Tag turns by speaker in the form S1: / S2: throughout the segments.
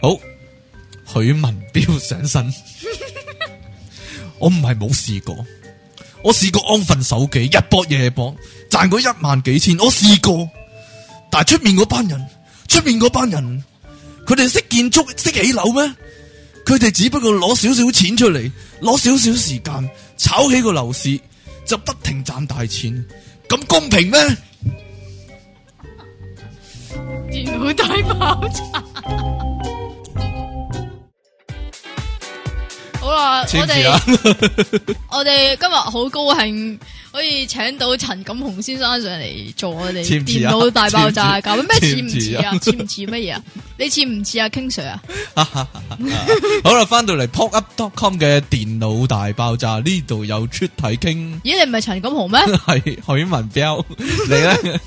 S1: 好，許文彪上身，我唔係冇試過，我試過安分守己，日搏夜搏，賺嗰一萬幾千，我試過。但係出面嗰班人，出面嗰班人，佢哋識建築、識起樓咩？佢哋只不過攞少少錢出嚟，攞少少時間炒起個樓市，就不停賺大錢，咁公平咩？
S2: 電腦大爆炸。好啦，
S1: 知
S2: 我
S1: 唔知
S2: 哋
S1: 啊？
S2: 我哋今日好高興可以請到陳錦雄先生上嚟做我哋
S1: 似唔似
S2: 電
S1: 啊
S2: 腦大爆炸搞咩
S1: 似
S2: 似
S1: 唔
S2: 唔
S1: 似
S2: 似
S1: 啊
S2: 啊？似唔似乜嘢啊？你似唔似啊？King Sir 啊？
S1: 好啦，翻到嚟 popup.com 嘅電腦大爆炸呢度有出體傾，？
S2: 咦，你唔係陳錦雄咩
S1: 係許文 彪，你咧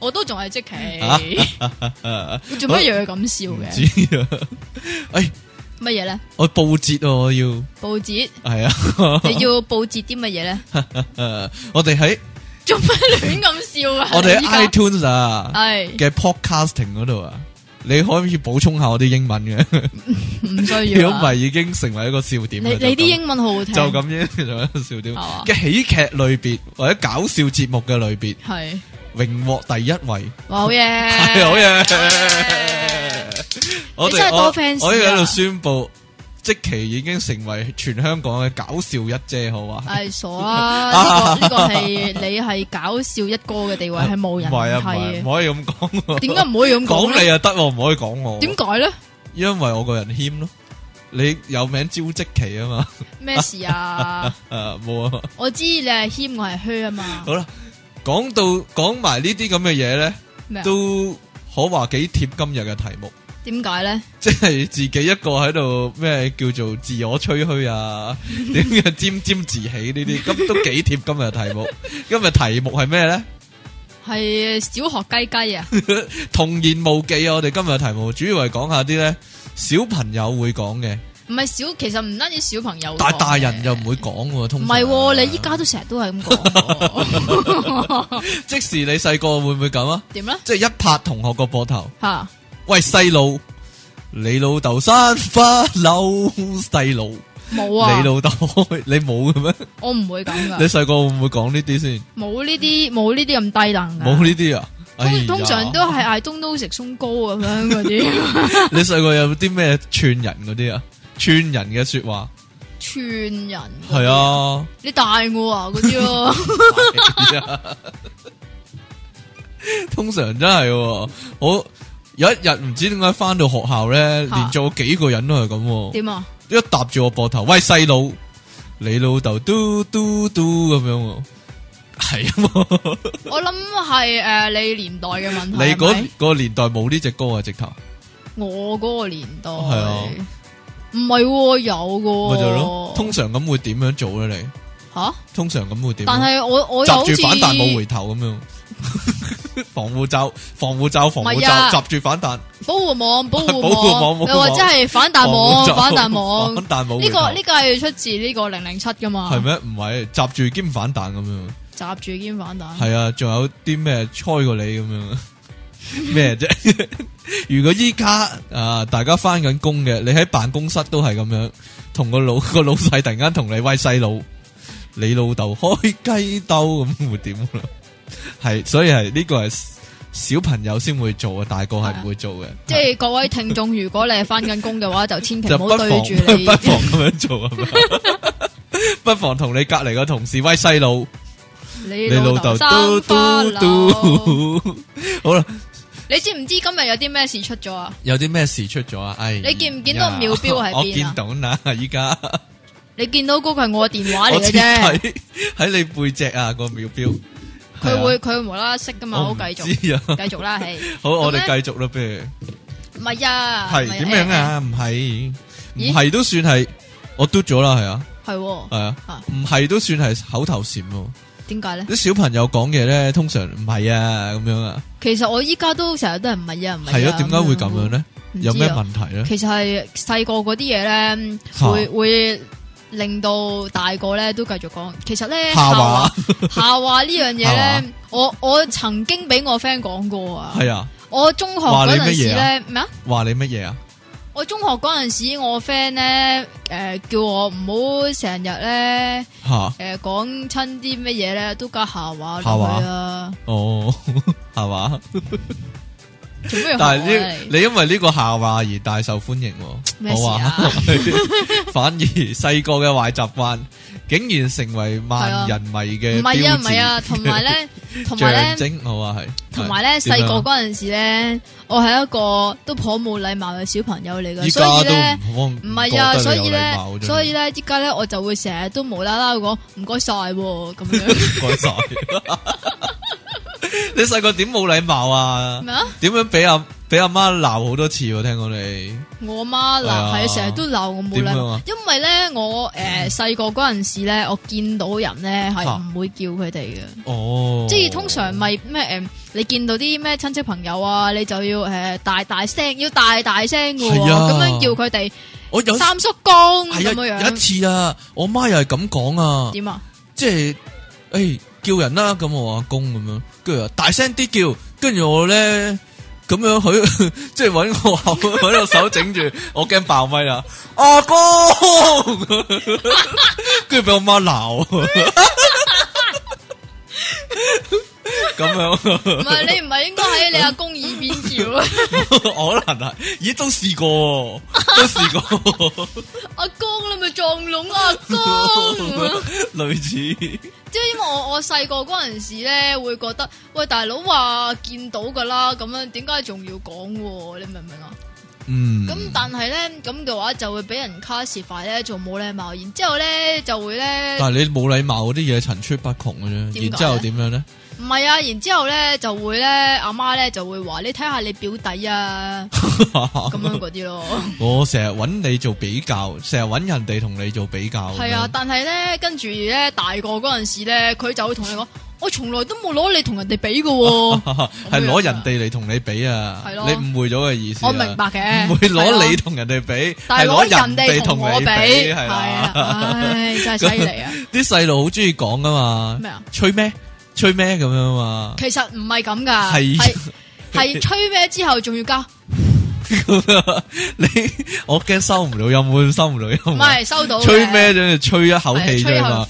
S2: 我都仲係即
S1: 啊
S2: 期，
S1: 唔
S2: 你做乜嘢要咁笑嘅？
S1: 知啊？哎，
S2: 乜嘢咧？
S1: 我報捷喎我要
S2: 報 紙，
S1: 係 啊，
S2: 你要報紙啲乜嘢咧？
S1: 我哋喺
S2: 做乜亂咁笑啊？
S1: 我哋
S2: 你啊依
S1: 喺
S2: 家
S1: iTunes 啊
S2: 係
S1: 嘅 podcasting 嗰度啊，你可唔可以補充下我啲英文嘅？
S2: 唔需
S1: 如
S2: 要
S1: 果唔
S2: 啊。
S1: 係已經成為一個笑點
S2: 你
S1: 啦。就
S2: 你啲
S1: 咁
S2: 英文好啊好聽，
S1: 就咁樣就一個笑點
S2: 係嘛
S1: 嘅喜劇類別或者搞笑節目嘅類別。
S2: 係
S1: 榮獲第一位，
S2: 哇好嘢，
S1: 係好嘢！
S2: 耶
S1: 我
S2: 你真
S1: 哋
S2: 係
S1: 我
S2: 多 fans 啊
S1: 我喺度宣布，即期已經成為全香港嘅搞笑一姐，好嘛？
S2: 唉，傻啦！呢個呢個係你係搞笑一哥嘅 地位，係冇人
S1: 唔係啊，
S2: 睇
S1: 唔係
S2: 嘅。
S1: 唔可以咁講喎。
S2: 點解唔可以咁
S1: 講
S2: 講
S1: 你
S2: 咧？
S1: 又得喎，唔可以講我。
S2: 點解咧？
S1: 因為我個人謙咯，你有名招即期啊嘛。
S2: 咩事啊？
S1: 誒，冇啊。
S2: 我知你係謙，我係虛啊 嘛
S1: 好。啦，講到講埋呢啲咁嘅嘢咧，
S2: 咩啊？
S1: 都可話幾貼今日嘅題目。
S2: 點解咧？
S1: 即係自己一個喺度咩叫做自我吹噓啊，點樣沾沾自喜呢啲，咁都幾貼今日嘅題目。今日題目係咩咧？
S2: 係小學雞雞啊！
S1: 童言無忌啊！我哋今日嘅題目主要係講下啲咧小朋友會講嘅，
S2: 唔係小，其實唔單止小朋友講嘅，
S1: 但係大人就唔會講喎。
S2: 唔
S1: 通常
S2: 係喎，你依家都成日都係咁講 喎。
S1: 即使你細個會唔會咁啊？
S2: 點咧？
S1: 即係一拍同學個膊頭，
S2: 吓
S1: 喂細路，你老豆生花柳，細路，
S2: 冇啊
S1: 你！老豆你冇嘅咩？
S2: 我唔會咁
S1: 你
S2: 噶，
S1: 細個會唔會講呢啲先？
S2: 冇呢啲冇呢啲咁低能㗎
S1: 冇呢啲啊？哎呀
S2: 通通常都係嗌東都食鬆糕咁樣嗰 啲
S1: 你細個有啲咩串人嗰啲啊？串人嘅说話
S2: 串人。
S1: 係，啊，
S2: 你大我啊嗰啲咯，
S1: 通常真係喎。我有一日唔知點解翻到學校咧，
S2: 嚇
S1: 連咗幾個人都係咁喎，
S2: 點啊？
S1: 一搭住我膊頭，喂細佬，你老豆嘟嘟嘟咁樣喎，係啊，
S2: 我諗係誒你年代嘅問題。
S1: 你
S2: 係咪
S1: 嗰個年代冇呢只歌啊，直頭
S2: 我嗰個年代
S1: 係啊
S2: 唔係喎有噶
S1: 咪就係咯。通常咁會點樣做咧？你
S2: 吓，
S1: 通常咁會點樣做？
S2: 但係我我又好
S1: 集
S2: 似
S1: 住反彈冇回頭咁樣， 防護罩、防護罩、防護
S2: 唔係啊
S1: 罩，集住反彈，
S2: 保護 網保護
S1: 保護網保護網
S2: 又或者係 反彈
S1: 防
S2: 網
S1: 護罩
S2: 反彈網
S1: 反彈冇
S2: 呢
S1: 回
S2: 個呢
S1: 頭，
S2: 個係出自呢個零零七噶嘛？
S1: 係咩？唔係集住兼反彈咁樣，
S2: 閘住兼反彈。
S1: 係啊，仲有啲咩猜過你咁樣 咩啫？ 如果依家啊，大家翻緊工嘅，你喺辦公室都係咁樣，同個老 個老細突然間同你喂細佬，你老豆開雞兜咁會點啦？係，所以係呢個係小朋友先會做啊，大個係唔會做嘅。
S2: 即係各位聽眾，如果你係翻緊工嘅話，就千祈
S1: 就
S2: 唔
S1: 不
S2: 好
S1: 妨
S2: 對住你
S1: 不妨咁樣做啊嘛， 不妨同你隔離個同事喂細路，
S2: 你
S1: 你老豆嘟
S2: 生花
S1: 嘟
S2: 柳。
S1: 嘟，好啦，
S2: 你知唔知今日有啲咩事出咗啊？
S1: 有啲咩事出咗啊？哎，
S2: 你見唔見到秒錶喺邊 啊
S1: 我見到啦，依家
S2: 你見到嗰個係我電話 嚟
S1: 我啊
S2: 嘅
S1: 先
S2: 啫，
S1: 睇喺你背脊啊個秒錶，係
S2: 佢
S1: 啊
S2: 會佢會無啦啦識噶嘛？
S1: 我
S2: 好
S1: 唔
S2: 繼續
S1: 知啊，
S2: 繼續啦，係
S1: 好，我
S2: 咁
S1: 哋繼續啦，不如
S2: 唔係啊？唔
S1: 係
S2: 係
S1: 點樣？啊？唔係唔係都算係我嘟咗啦，係啊，
S2: 誒誒係喎
S1: 係啊。
S2: 嚇
S1: 唔係都算係口頭禪喎，
S2: 點解咧？
S1: 啲小朋友講嘢咧，通常唔係啊咁樣啊，
S2: 其實我依家都成日都係唔係啊唔係
S1: 係啊，點解會咁樣
S2: 咧？
S1: 咧？
S2: 唔知啊
S1: 有咩問題咧？
S2: 其實係細個嗰啲嘢咧，
S1: 嚇
S2: 會會令到大個咧都繼續講。其實咧
S1: 下話
S2: 下話呢樣嘢
S1: 下話
S2: 咧，我我曾經俾我 friend 講過啊。
S1: 係啊，
S2: 我中學
S1: 話你
S2: 嗰陣時
S1: 乜嘢
S2: 咧
S1: 啊
S2: 咩啊？
S1: 话你乜嘢啊？
S2: 我中學嗰陣時，我 friend 咧诶叫我唔好成日咧
S1: 吓
S2: 诶講親啲乜嘢咧，都加下話
S1: 下
S2: 落
S1: 話
S2: 去啊啦。
S1: 哦，系嘛？
S2: 做咩要啊下話
S1: 但系呢
S2: 嚟，
S1: 你因为呢个下话而大受欢迎
S2: 咩
S1: 喎，
S2: 事
S1: 我
S2: 啊
S1: 话 反而细个嘅坏习惯，竟然成为万人迷嘅
S2: 啊唔係啊，
S1: 標
S2: 唔
S1: 誌
S2: 係啊，同 埋咧，同埋咧
S1: 象。征，我话系，
S2: 同埋咧，
S1: 係
S2: 細個
S1: 點啊
S2: 嗰陣時咧，我係一個都頗冇禮貌嘅小朋友嚟
S1: 啊依
S2: 嘅，所
S1: 家
S2: 以
S1: 都
S2: 咧，
S1: 唔
S2: 唔係啊，所以咧，所以
S1: 咧，
S2: 咧，依家咧，我就會成日都無啦啦講唔該晒喎咁 樣，
S1: 唔該晒你细个点冇礼貌啊？
S2: 咩啊？
S1: 点样俾阿俾阿妈闹好多次喎？听讲你
S2: 我媽
S1: 係啊
S2: 嗱係成日都鬧我冇禮
S1: 點樣
S2: 貌
S1: 啊，嗯
S2: 因為咧我誒細個嗰陣時咧，我見到人咧係
S1: 嚇
S2: 唔會叫佢哋嘅。
S1: 哦，
S2: 即係通常咪咩誒，你見到啲咩親戚朋友啊，你就要誒大大聲，要大大聲嘅喎，
S1: 係啊
S2: 咁樣叫佢哋
S1: 我有
S2: 三叔公
S1: 系
S2: 咁
S1: 啊，
S2: 樣
S1: 有一
S2: 樣
S1: 次啊，我媽又係咁講啊，
S2: 點啊？
S1: 即係诶、叫人啦、咁我話阿公咁樣，跟住話大聲啲叫，跟住我咧咁樣佢 即係搵我口搵個手整住，我驚爆咪啦，阿公，跟住俾我媽鬧，咁樣。
S2: 唔係你唔係應該喺你阿公耳邊叫啊？
S1: 可能啊，咦都試過，都試過，
S2: 阿公你咪撞聾啊阿 公，
S1: 類似。
S2: 即係因為我我細個嗰陣時咧會覺得，喂大佬話見到㗎啦，咁樣點解仲要講喎？你明唔明啊？
S1: 嗯，
S2: 咁、但係咧咁嘅話就會俾人 classify 咧做冇禮貌，然之後咧就會咧
S1: 但系你冇禮貌嗰啲嘢層出不窮嘅
S2: 解
S1: 啫，
S2: 咧
S1: 然之后点样咧？
S2: 唔係啊，然之後咧就會咧阿媽咧就會話你睇下你表 弟啊咁樣嗰啲咯。
S1: 我成日揾你做比較，成日揾人哋同你做比較。
S2: 系啊，，但系咧，跟住咧，大個嗰陣時咧，佢就會同你講：我從來都冇攞你同人哋比嘅喎。
S1: 係攞人哋嚟同你比啊，
S2: 係
S1: 你
S2: 咯
S1: 誤會咗嘅意思啊。
S2: 我明白 嘅，
S1: 唔會攞你
S2: 係咯，
S1: 同人哋比，
S2: 但
S1: 係
S2: 係
S1: 攞
S2: 攞
S1: 人
S2: 人哋
S1: 哋同
S2: 同我
S1: 你
S2: 比，
S1: 比，係
S2: 係
S1: 啦
S2: 啊，。唉，真係犀利啊！
S1: 啲細路好中意講噶嘛，
S2: 咩啊？
S1: 吹咩？吹咩咁樣啊嘛？
S2: 其實唔係咁噶，
S1: 係
S2: 啊係係吹咩之後仲要加，
S1: 你我驚收唔到音，會收唔到音啊。
S2: 唔係收到嘅
S1: 吹咩啫？吹一口
S2: 係
S1: 氣
S2: 吹
S1: 啫
S2: 後
S1: 嘛，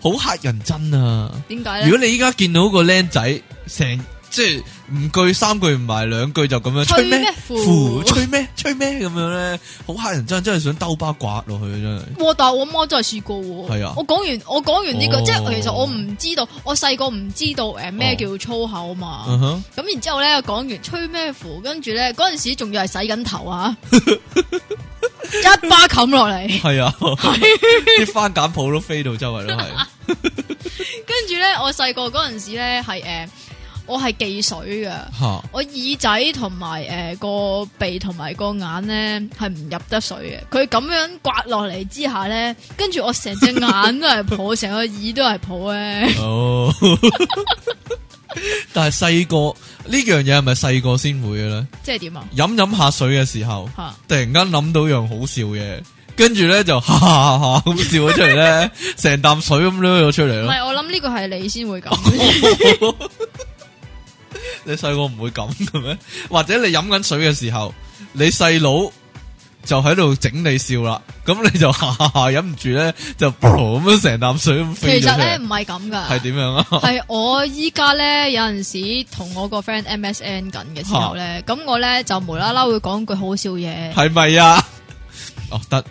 S2: 呼
S1: 好嚇人真啊！
S2: 點解
S1: 如
S2: 咧？
S1: 果你依家見到個僆仔成即係唔句三句唔埋兩句就咁樣
S2: 吹
S1: 吹
S2: 咩
S1: 咩
S2: 符
S1: 符吹咩吹咩咁樣咧，好嚇人真，真係想兜巴刮落去啊真係。
S2: 哇！但係我媽真係試過喎。
S1: 係啊
S2: 我講完我講完呢個，
S1: 哦
S2: 即係其實我唔知道，我細個唔知道誒咩叫粗口嘛。
S1: 嗯哼，
S2: 咁然之後咧，講完吹咩符，跟住咧嗰陣時仲要係洗緊頭 啊，一巴冚落嚟，
S1: 係啊，啲番簡鋪都飛到周圍都係。
S2: 跟住咧我細個嗰陣時咧係誒，我係忌水噶，
S1: 吓
S2: 我耳仔同埋誒個鼻同埋個眼咧係唔入得水嘅，佢咁樣刮落嚟之下咧，跟住我成隻眼都係抱，成個 耳都係抱咧，
S1: 哦，但係細個呢樣嘢係咪細個先會嘅咧？
S2: 即係點啊？
S1: 飲飲下水嘅時候。
S2: 嚇！
S1: 突然間諗到樣好笑嘅，跟住咧就哈哈哈咁笑咗出嚟咧，成啖水咁掠咗出嚟
S2: 唔
S1: 咯。
S2: 係，我諗呢個係你 先會咁，
S1: 哦啊你細個唔會咁嘅咩？或者你飲緊水嘅時候，你細佬就喺度整你笑啦，咁你就哈哈哈忍唔住咧就噗咁樣成啖水咁飛
S2: 其
S1: 咗
S2: 實
S1: 出
S2: 咧
S1: 嚟，
S2: 唔係咁噶。
S1: 係點樣 啊？
S2: 系我依家咧有阵时同我個 friend MSN 緊嘅時候咧，咁我咧就無啦啦會講句好笑嘢。
S1: 係咪啊？哦得，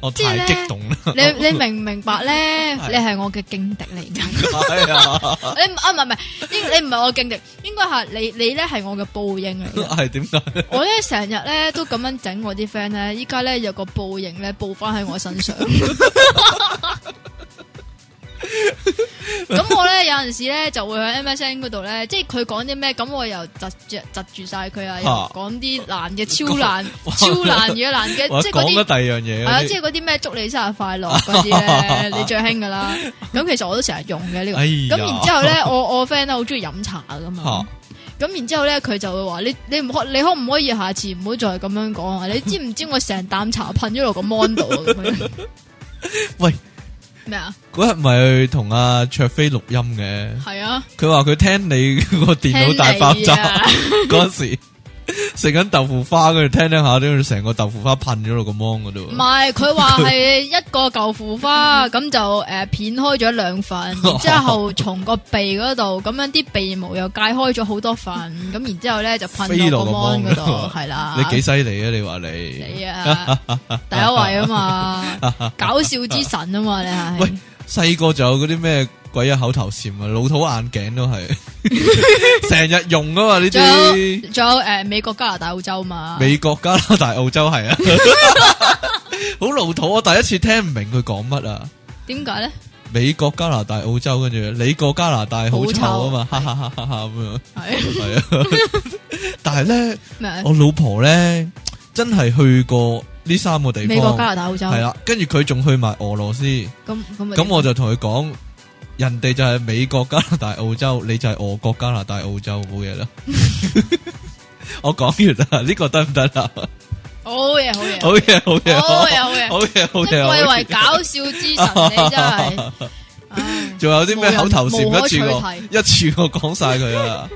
S1: 我
S2: 即係
S1: 太
S2: 呢
S1: 激動啦！
S2: 你你明唔明白咧？
S1: 係
S2: 你係我嘅勁敵嚟㗎。
S1: 係啊，
S2: 你唔啊唔係唔係，應你唔係我勁敵，應該係你你咧係我嘅報應嚟㗎。
S1: 係點解呢？
S2: 我咧成日咧都咁樣整我啲 friend 咧，依家咧有個報應咧報翻喺我身 上。咁我咧有陣時咧就會喺 MSN 嗰度咧，即係佢講啲咩，咁我又窒住窒住晒佢啊，又
S1: 啊
S2: 講啲爛嘅超爛、
S1: 哇
S2: 超爛嘢爛嘅，
S1: 我
S2: 即係嗰
S1: 講咗
S2: 啲
S1: 第二樣嘢
S2: 係
S1: 嗰
S2: 啊，
S1: 啲
S2: 即係嗰啲咩祝你生日快樂嗰啲 咧，你最興噶啦。咁其實我都成日用嘅呢個。
S1: 哎呀
S2: 咁然之後咧，我我 friend 咧好中意飲茶噶
S1: 嚇
S2: 嘛。咁然之後咧，佢就會話：你你唔可你可唔可以下次唔好再咁樣 講啊？你知唔知我成啖茶噴咗落個 mon 度啊？咁樣咩啊？
S1: 嗰日咪去同阿卓飛錄音嘅，
S2: 系啊，
S1: 佢話佢聽你個電腦大爆炸
S2: 聽你啊
S1: 嗰陣時，食緊豆腐花，跟住聽聽下，跟住成個豆腐花噴咗落個芒嗰
S2: 唔
S1: 度。啊
S2: 係佢話係一個豆腐
S1: 嗯
S2: 花，咁就诶片開咗 兩份，然之后从个鼻嗰度，咁樣啲鼻毛又界開咗好多份，咁然之后咧就噴
S1: 飛落
S2: 到個
S1: 個
S2: mon 嗰度
S1: 芒，
S2: 係啦。
S1: 你幾犀利啊！你話你
S2: 你啊？第一位啊 嘛，搞笑之神啊嘛，你
S1: 喂
S2: 係
S1: 細個就有嗰啲咩鬼啊口頭禪啊，老土眼鏡都 係成日用噶嘛呢
S2: 仲
S1: 啲。
S2: 有仲有诶美國、加拿大、澳洲嘛，
S1: 美國、加拿大、澳洲 係啊，好老土。啊我第一次聽唔明佢講乜啊！
S2: 點解咧？
S1: 美國、加拿大、澳洲，跟住你過加拿大好臭啊嘛，哈哈哈哈哈咁樣，
S2: 係
S1: 係啊。 但係咧，
S2: 咩 啊？
S1: 我老婆咧真係去過呢三個地
S2: 美國、加
S1: 方，
S2: 拿大、澳洲
S1: 係，啦，跟住佢仲去埋俄羅斯，
S2: 咁咁咪啊
S1: 咁我就同佢講，人哋就係美國、加拿大、澳洲，你就係俄國、加拿大、澳洲，冇嘢啦。 我講完啦，呢個得唔得 啊？
S2: 好嘢，好嘢，
S1: 好嘢，好嘢，
S2: 好嘢，好嘢。
S1: 好嘢，好
S2: 即
S1: 嘢，好
S2: 貴
S1: 嘢
S2: 為搞笑之神，你真 係。唉
S1: 仲有啲咩口頭禪一次
S2: 無可
S1: 過
S2: 取替
S1: 一次過講晒佢啊！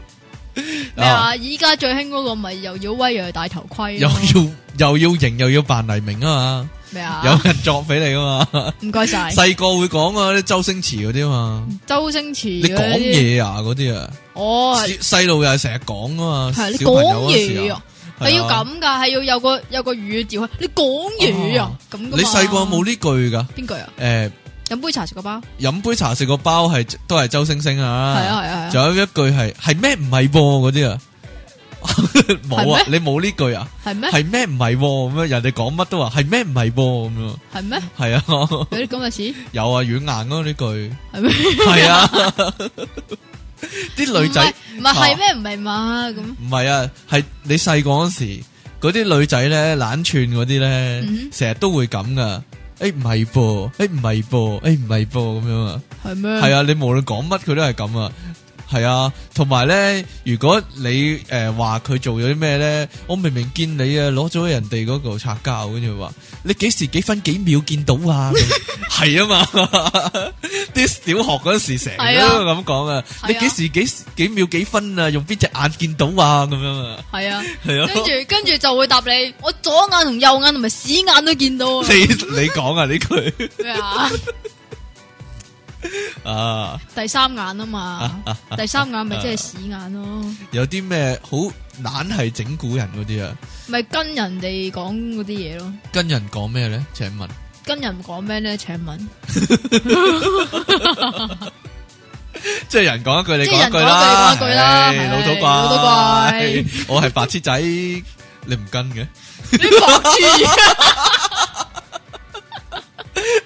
S2: 咩啊？而家最興嗰個咪又要威又要戴頭盔
S1: 又
S2: 咯，
S1: 要又要型又要扮黎明啊
S2: 咩
S1: 嘛， 有
S2: 啊？
S1: 人作俾你啊嘛，
S2: 唔該晒，
S1: 細個會講啊啲周星馳嗰啲啊嘛，
S2: 周星馳
S1: 你講
S2: 嗰啲，
S1: 嘢啊嗰啲啊，
S2: 我
S1: 小細路又係成日講啊嘛，
S2: 係你
S1: 小朋友
S2: 講
S1: 嗰時
S2: 嘢
S1: 啊
S2: 啊，，係要
S1: 係啊，
S2: 咁噶，係要有個有個語調，你講嘢
S1: 哦
S2: 啊咁㗎嘛。
S1: 你細個有冇呢句噶？
S2: 邊句啊？
S1: 誒，
S2: 飲杯茶食個包，
S1: 飲杯茶食個包係都係周星星
S2: 係
S1: 啊，
S2: 啊係啊係啊，
S1: 仲有一句係係咩唔係噃嗰啲啊， 冇啊
S2: 係，
S1: 你冇呢句啊？
S2: 係咩？
S1: 系咩唔系咁样？人哋講乜都話係咩唔係噃咁样，
S2: 係咩？
S1: 係啊，
S2: 有啲咁嘅事
S1: 有啊，軟硬咯呢句，
S2: 係咩？
S1: 係啊，啲女仔
S2: 唔係唔係係咩？唔係嘛咁。
S1: 唔係啊，係你細個嗰時，嗰啲女仔咧懶串嗰啲咧
S2: 嗯，
S1: 成日都會咁噶。诶唔係噃，诶唔係噃，诶唔係噃咁樣啊，
S2: 係咩？
S1: 係啊，你無論講乜佢都係咁啊。係啊，同埋咧，如果你诶话佢做咗啲咩咧，我明明見你啊攞咗人哋嗰個擦膠，跟住話你幾時幾分幾秒見到 啊？咁係啊嘛， 啲小學嗰時成日都咁講啊，
S2: 係啊
S1: 你幾時幾時幾秒幾分啊？用邊隻眼見到啊？咁樣啊，
S2: 係啊。
S1: 係
S2: 跟住
S1: 啊，
S2: 跟住就會答你，我左眼同右眼同埋屎眼都 見到啊！
S1: 你你講啊呢句
S2: 咩啊？
S1: 啊，
S2: 第三眼啊 嘛，第三眼咪即係屎眼咯，
S1: 有啲咩好懶係整蠱人嗰啲啊？
S2: 咪跟人哋講嗰啲嘢咯。
S1: 跟人講咩咧？請問？
S2: 跟人講咩咧？請問，
S1: 即系人讲一句，你
S2: 即係
S1: 讲
S2: 人
S1: 句
S2: 講
S1: 啦，
S2: 一句你講一句啦
S1: 唉
S2: 係
S1: 老土怪，
S2: 老土怪，
S1: 我系白痴仔，你唔跟嘅。
S2: 你白痴啊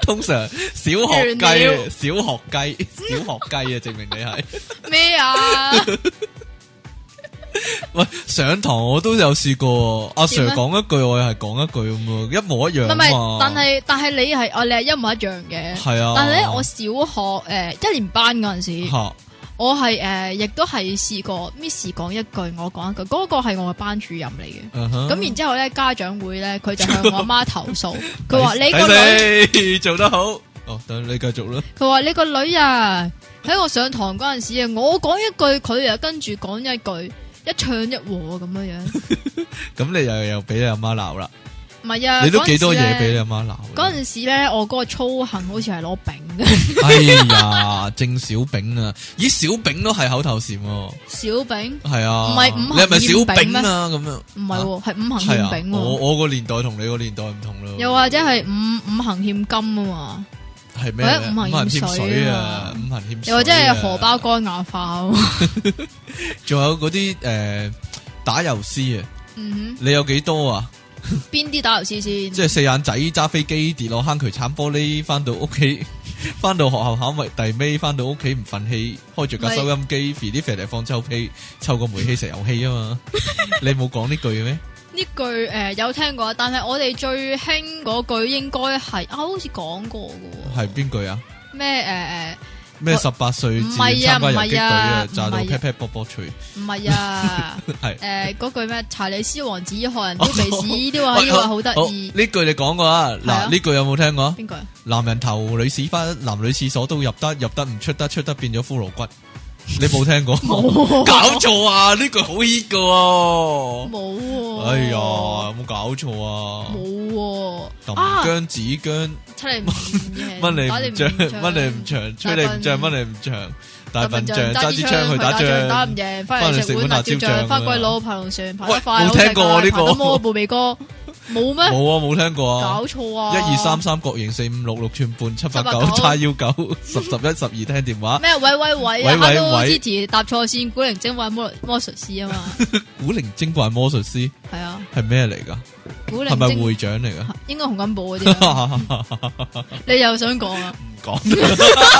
S1: 通常小学
S2: 完了
S1: 鸡，小学鸡，小学鸡啊，证明你系。
S2: 咩啊？
S1: 喂，上堂我都有试过，阿
S2: 點
S1: Sir
S2: 啊
S1: 讲一句，我又系讲一句咁啊，一模一
S2: 唔
S1: 样啊
S2: 係，但
S1: 嘛。
S2: 係但係你係我你係一模一樣嘅。
S1: 系啊，
S2: 但係咧，我小學诶一年班嗰陣時，
S1: 吓
S2: 我係诶亦都係試過 Miss 講一句，我講一句，嗰個係我嘅班主任嚟嘅。咁
S1: 咁
S2: 然之後咧，家長會咧，佢就向我媽投 訴，佢話你個女，
S1: 女 做得好。哦，等你繼續啦，
S2: 佢話你個女啊，喺我上堂嗰陣時啊，我講一句，佢又跟住講一句，一唱一和咁樣樣。
S1: 咁你又又俾你阿媽鬧啦，
S2: 唔係啊，
S1: 你都幾多
S2: 嗰陣時
S1: 嘢
S2: 呢
S1: 俾你阿媽鬧。
S2: 嗰陣時咧，我嗰個操行好似係攞丙 嘅
S1: 哎呀，正小丙啊，咦，小丙都係口頭禪喎。
S2: 小丙，
S1: 系啊，
S2: 唔係五
S1: 你係咪小
S2: 行欠丙咩
S1: 丙啊？咁樣
S2: 唔係喎，係五行
S1: 係
S2: 欠
S1: 啊
S2: 丙，
S1: 我
S2: 喎，
S1: 我个年代同你個年代唔同咯。
S2: 又或者係五五行欠金啊嘛，
S1: 係咩
S2: 或者
S1: 咧？
S2: 五行欠
S1: 欠
S2: 水
S1: 水
S2: 啊
S1: 啊，五行欠水啊。
S2: 又或者係荷包乾硬化啊嘛。
S1: 仲有嗰啲诶打油詩啊，
S2: 嗯
S1: 你有幾多啊？
S2: 哼，邊啲打遊戲先？
S1: 即係四眼仔揸飛機跌落坑渠鏟玻璃，翻到屋企， 翻到學校考埋第尾，翻到屋企唔忿氣，開住架收音機，肥啲肥嚟放臭屁，臭個煤氣石油氣啊 嘛！你冇講呢句嘅咩？
S2: 呢句誒、呃有聽過，但係我哋最興嗰句應該係啊，好似講過嘅喎，
S1: 係邊句啊？
S2: 咩誒誒呃
S1: 咩
S2: 我
S1: 十八歲至
S2: 唔係啊
S1: 參加游擊隊啊
S2: 唔係啊，
S1: 炸到
S2: 唔係
S1: 劈
S2: 啊
S1: 劈卜卜脆，
S2: 唔係啊，
S1: 係。
S2: 诶嗰句咩查理斯王子害人都 鼻屎，呢話呢
S1: 哦
S2: 話好得意。
S1: 呢句你講過啊？
S2: 係啊
S1: 嗱，呢句有冇聽過啊？
S2: 邊句啊？
S1: 男人頭女屎忽，男女廁所都入得，入得唔出得，出得變咗骷髏骨。你冇聽過？ 搞錯啊！呢句好 hit 噶喎。
S2: 冇喎。
S1: 哎呀，有冇搞錯啊？
S2: 冇喎。
S1: 揼
S2: 啊，
S1: 姜子姜，
S2: 出嚟唔
S1: 乜你唔
S2: 打
S1: 長，
S2: 唔
S1: 乜你唔長，吹你唔漲， 乜你唔長，大
S2: 大
S1: 笨
S2: 笨
S1: 象
S2: 象
S1: 揸支槍去打
S2: 仗，打唔
S1: 仗。
S2: 贏，翻嚟食碗辣椒醬，翻鬼佬爬龍船，爬
S1: 啊喂
S2: 得快，
S1: 冇聽過
S2: 好
S1: 喎
S2: 食
S1: 呢
S2: 㗎
S1: 個
S2: 爬得摩步鼻哥，冇咩？
S1: 冇啊，冇聽過啊。
S2: 搞錯啊！
S1: 一二三三角形四五六六寸半七八九
S2: 789
S1: 叉腰九十十一十二聽電話，
S2: 咩？喂喂喂啊
S1: 喂喂
S2: ！Hello
S1: 喂
S2: Kitty 搭錯線，古靈精怪魔魔術師啊嘛，
S1: 古靈精怪魔術師
S2: 係啊，
S1: 係咩嚟噶？
S2: 古
S1: 係
S2: 靈
S1: 咪
S2: 精
S1: 會長嚟噶？
S2: 應該紅金寶嗰啲啊， 你又想講啊？
S1: 唔講。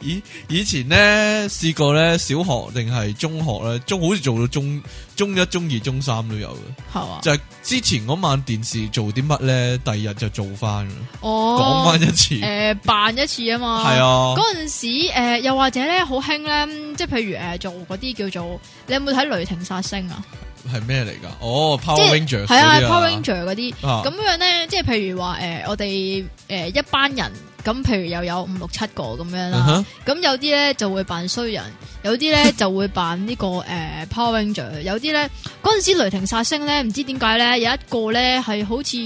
S1: 以以前咧試過咧，小學定係中學咧，中好似做到中中一、中二、中三都有嘅。
S2: 係嘛？
S1: 就係之前嗰晚電視做啲乜咧，第二日就做翻啦，講
S2: 哦
S1: 翻，一次。係
S2: 誒扮一次啊嘛，
S1: 啊，
S2: 嗰陣時，誒、又或者咧，好興咧，即係譬如誒、做嗰啲叫做，你有冇睇《雷霆殺星》啊？
S1: 係咩嚟噶？哦
S2: 即
S1: ，Power
S2: 係
S1: Ranger
S2: 係啊
S1: 嗰啲
S2: ，Power Ranger 嗰啲，
S1: 啊
S2: 咁樣咧，即係譬如話誒、我哋誒、一班人，咁譬如又有五六七個咁樣
S1: 嗯
S2: 啦
S1: 哼，
S2: 咁、有啲咧就會扮衰人，有啲咧就會扮呢、個 誒、Power Ranger，有啲咧嗰陣時《雷霆殺星》咧，唔知點解咧有一個咧係好似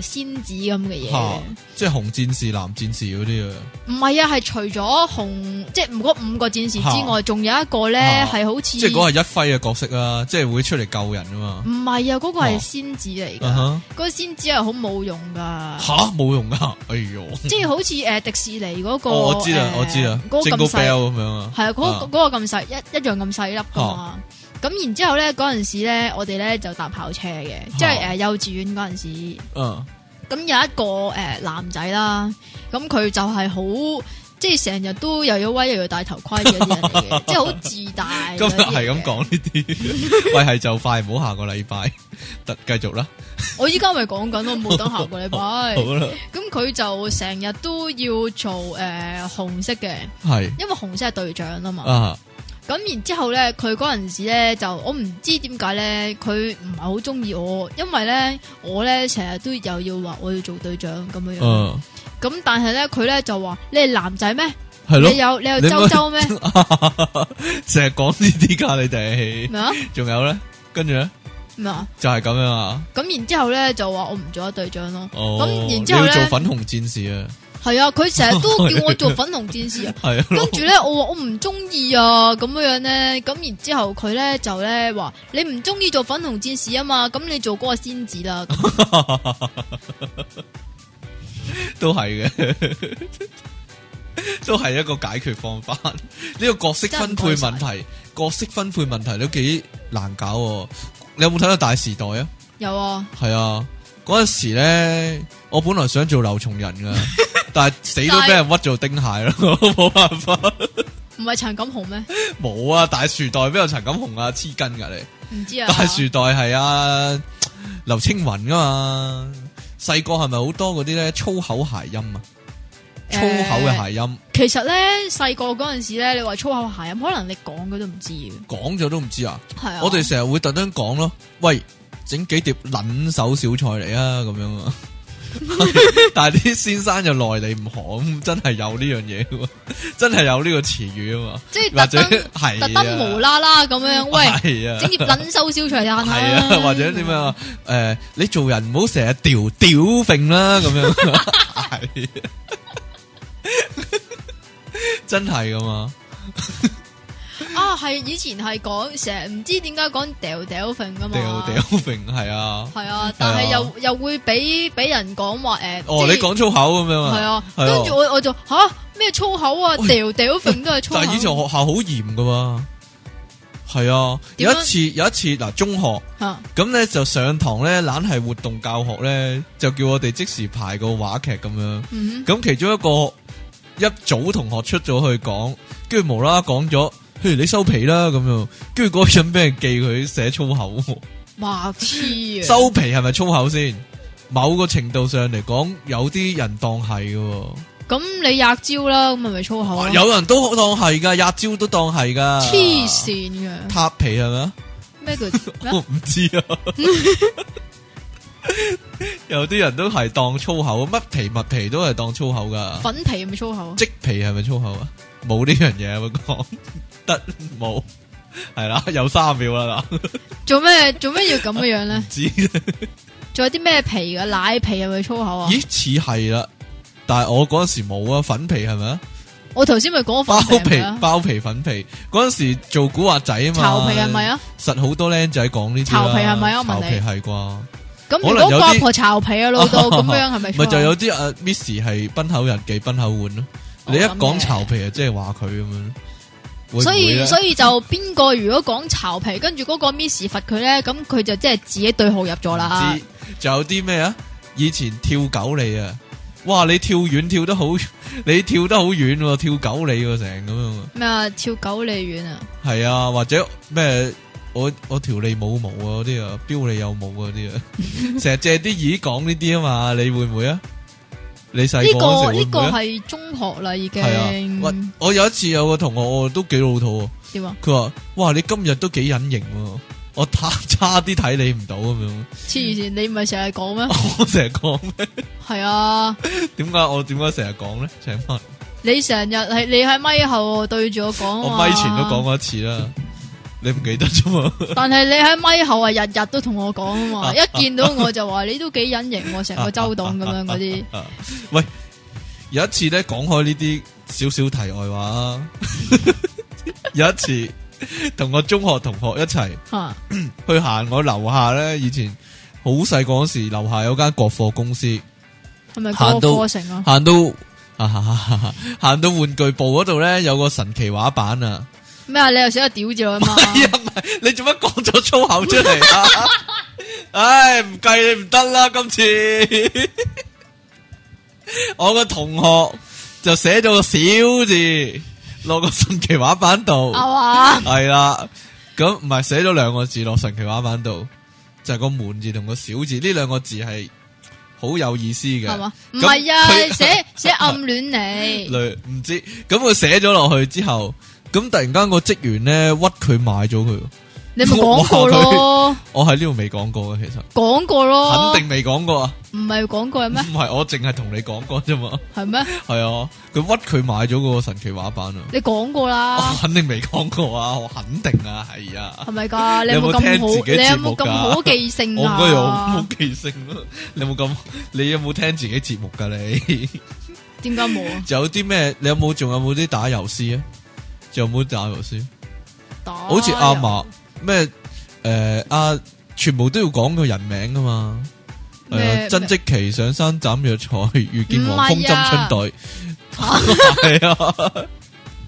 S2: 誒、仙子咁嘅嘢。
S1: 吓，即係紅戰士、藍戰士嗰啲啊，
S2: 唔係啊，係除咗紅，即係唔嗰五個戰士之外，仲有一個咧
S1: 啊
S2: 係好似，
S1: 即係嗰係一輝嘅角色啊，即係會出嚟救人啊嘛。
S2: 唔係啊，嗰個係
S1: 啊
S2: 仙子嚟
S1: 啊
S2: 噶，
S1: 哈
S2: 嗰個仙子係好冇用噶，
S1: 吓冇用啊！哎呦，
S2: 即係好似誒迪士尼嗰個，
S1: 哦我知啦，
S2: 誒
S1: 我知啦
S2: 嗰個
S1: ，Jingle Bell
S2: 咁細，
S1: 咁樣啊，
S2: 係啊，嗰
S1: 啊哦
S2: 嗰個咁細，一一樣咁細粒噶嘛。咁然之後咧，嗰陣時咧，我哋咧就搭校車嘅，即係
S1: 哦
S2: 誒幼稚園嗰陣時。
S1: 嗯，
S2: 咁有一個誒、呃男仔啦，咁佢就係好即係成日都又要威又要戴頭盔嘅啲人嚟 嘅，即係好自大。
S1: 今日係咁，講呢 啲，喂係就快，唔好下個禮拜， 特繼續啦，
S2: 我依家咪講緊咯，冇等下個禮 拜
S1: 好。啦，
S2: 咁佢就成日都要做誒、呃、紅色嘅，
S1: 係
S2: 因為紅色係隊長啊嘛。
S1: 啊，
S2: 咁、然之後咧，佢嗰陣時咧就我唔知點解咧，佢唔係好中意我，因為咧我咧成日都又要話我要做隊長咁樣樣。
S1: 嗯，
S2: 咁、但係咧佢咧就話你係男仔咩？
S1: 係咯
S2: 你，有你有
S1: 你咪
S2: 周周咩？
S1: 成日講呢啲㗎你哋，
S2: 咩啊
S1: 仲有咧，跟住咧
S2: 咩啊？
S1: 就係咁樣啊，
S2: 咁然之后咧就話我唔做咗隊長咯。
S1: 哦，
S2: 咁然
S1: 你
S2: 之後
S1: 要做
S2: 咧
S1: 粉紅戰士啊，
S2: 係啊，佢成日都叫我做粉紅戰士啊。
S1: 係
S2: 跟
S1: 啊，
S2: 住咧，我話我唔中意啊，咁樣樣咧，咁然之後佢咧就咧話你唔中意做粉紅戰士啊嘛，咁你做嗰個仙子啦。咁
S1: 都係嘅， 都係一個解決方法。呢、個角色分配問題，角色分配問題都幾難搞、喎。你有冇睇到《大時代》啊？
S2: 有啊，
S1: 係啊，嗰陣時咧，我本來想做劉松仁 噶，但係死都俾人屈做丁蟹咯，冇辦法。
S2: 唔係陳錦洪咩？
S1: 冇啊，《大時代》邊有陳錦雄啊？黐筋噶你。
S2: 唔知啊。
S1: 大時代係啊，劉青雲噶嘛，細個係咪好多嗰啲咧粗口諧音啊？粗口嘅
S2: 誒
S1: 諧音啊
S2: 其實咧細個嗰陣時咧，你話粗口鞋音，可能你講佢都唔知嘅。
S1: 講咗都唔知啊！
S2: 係啊，
S1: 我哋成日會特登講咯，喂，整幾碟撚手小菜嚟啊，咁樣 啊！但係啲先生就內地唔行，真係有呢樣嘢喎， 真係有呢個詞語啊嘛，
S2: 即係
S1: 或
S2: 特
S1: 者
S2: 登
S1: 係
S2: 特登無
S1: 啊，
S2: 啦啦咁樣，喂。
S1: 係啊
S2: 整。碟撚收燒除蛋
S1: 系啊，或者點樣啊？诶、你做人唔好成日屌屌揈啦，咁樣係啊，真係噶嘛？
S2: 啊，係以前係講成日唔知點解講掉掉揈噶嘛，
S1: 屌屌揈係啊，
S2: 係啊，但係又又會俾俾人講話誒，
S1: 哦，
S2: 即係
S1: 你講粗口咁樣啊？
S2: 係啊，
S1: 係
S2: 跟住我我就吓咩粗口啊，
S1: 喂
S2: 掉掉揈都係粗口，啊
S1: 但係以前學校好嚴噶嘛，係啊，有
S2: 點
S1: 一
S2: 樣
S1: 次有一次嗱，中學
S2: 嚇
S1: 咁咧就上堂咧，懶係活動教學咧，就叫我哋即時排個話劇咁樣。
S2: 嗯
S1: 咁其中一個一組同學出咗去講，跟住無啦啦講咗，譬如你收皮啦咁樣，跟住嗰個人俾人記佢寫粗口喎，
S2: 哼，白痴啊，
S1: 收皮係咪粗口先？某個程度上嚟講，有啲人當係嘅喎，
S2: 咁你壓招啦，咁咪咪粗口啊咯，
S1: 哦有人都当系噶，压招都当系噶。
S2: 哦黐線嘅，
S1: 塌皮系咪啊？
S2: 咩叫
S1: 我
S2: 咩？
S1: 唔知 啊。有啲人都系当粗口，乜皮乜皮都系当粗口噶。
S2: 粉皮咪粗口，啊
S1: 即皮系咪粗口啊？冇呢样嘢啊，我讲得冇系啦，有三秒啦嗱，
S2: 做咩做咩要咁嘅樣咧
S1: 唔？知
S2: 仲有啲咩皮噶？奶皮係咪粗口啊？
S1: 咦似系啦，但系我嗰阵时冇啊，粉皮系咪啊？
S2: 我頭先咪講
S1: 包
S2: 粉皮
S1: 皮
S2: 啊，
S1: 包皮粉皮嗰阵时做古惑仔啊嘛，
S2: 巢皮係咪？啊？
S1: 实好多僆仔讲呢啲啦
S2: 巢皮係咪啊我問
S1: 巢
S2: 你
S1: 皮系啩？
S2: 咁
S1: 可
S2: 如
S1: 能有
S2: 果個
S1: 啲
S2: 阿婆巢皮啊，老豆咁樣係咪粗
S1: 咪
S2: 口？
S1: 就有啲啊 Miss 系崩口人忌崩口碗咯。
S2: 哦
S1: 你一
S2: 咁嘅
S1: 講巢皮啊，即係話佢咁樣。會唔啊
S2: 所
S1: 會
S2: 以
S1: 呢
S2: 所以就邊個如果講巢皮，跟住嗰個 Miss 罰佢咧，咁佢就即係自己對號入座啦
S1: 唔知。仲有啲咩啊？以前跳狗你啊，哇！你跳遠跳得好， 你跳得好遠喎，跳狗你喎成咁樣啊。
S2: 咩啊？跳狗你遠啊！
S1: 係啊，或者咩？我我條脷冇毛啊，嗰啲啊，標你有毛啊，嗰啲 啊，成日借啲耳講呢啲啊嘛，你會唔會啊？你細
S2: 呢
S1: 個嗰時
S2: 個
S1: 會
S2: 呢
S1: 唔
S2: 個
S1: 會啊？
S2: 係中學啦，已
S1: 係啊，喂
S2: 經
S1: 我有一次有個同學，我都幾老土喎。
S2: 點啊？
S1: 佢話：哇，你今日都幾隱形喎，我差 差啲睇你唔到咁樣。
S2: 黐線，你唔係成日講咩？
S1: 我成日講咩？
S2: 係啊，
S1: 點解我點解成日講咧？請問
S2: 你成日係你喺咪後對住我講啊
S1: 我
S2: 嘛
S1: 咪前都講，過一次啦，你唔記得啫嘛？
S2: 但係你喺咪後啊，日日都同我講啊嘛，
S1: 啊
S2: 一見到我就話你都幾隱形喎，成個周董咁 樣嗰啲。
S1: 啊喂，有一次咧講開呢啲少少題外話啊， 有一次同我中學同學一齊
S2: 吓
S1: 去行我樓下咧，以前好細個嗰時，樓下有間國貨公司。
S2: 係咪
S1: 行
S2: 嗰
S1: 到
S2: 個課程啊？
S1: 行到啊， 行到玩具部嗰度咧，有個神奇畫板啊！
S2: 咩啊？你又寫個屌字落去嘛？
S1: 哎呀，唔係你做乜講咗粗口出嚟 啊？唉，唔計你唔得啦，今次 我個同學就寫咗個小字落個神奇畫板度，
S2: 啊嘛？
S1: 係啦，咁唔係寫咗兩個字落神奇畫板度，就係個門字同個小字呢兩個字係好有意思嘅，
S2: 係嘛？唔
S1: 咁
S2: 係啊
S1: 佢，
S2: 寫 寫暗戀你，
S1: 類唔知，咁佢寫咗落去之後，咁突然間個職員咧屈佢買咗佢，
S2: 你咪講過咯，
S1: 我喺呢度未講過嘅，其實
S2: 講過咯，
S1: 肯定未講過啊，
S2: 唔係講過嘅
S1: 唔
S2: 哦咩？
S1: 係我淨係同你講過啫嘛，
S2: 係咩？
S1: 係啊，佢屈佢買咗個神奇畫板啊，
S2: 你講過啦
S1: 我。肯定未講過啊，我肯定啊，係啊
S2: 系，咪噶？你
S1: 你有
S2: 有
S1: 冇
S2: 冇
S1: 聽
S2: 咁
S1: 自
S2: 好？
S1: 己
S2: 你有
S1: 節目
S2: 冇咁
S1: 㗎
S2: 好記性
S1: 我
S2: 啊？
S1: 嗰日好冇記性咯，你有冇咁？你有冇聽自己節目噶你？
S2: 點解冇啊？
S1: 仲有啲咩？你有冇仲有冇啲打油詩啊？仲有冇打油詩？
S2: 打
S1: 好似阿嫲
S2: 又
S1: 咩诶阿，全部都要講個人名噶嘛。
S2: 咩
S1: 係啊
S2: 咩
S1: 曾積奇上山斬藥材，遇見
S2: 唔係
S1: 黃蜂
S2: 啊
S1: 針春 袋，係啊，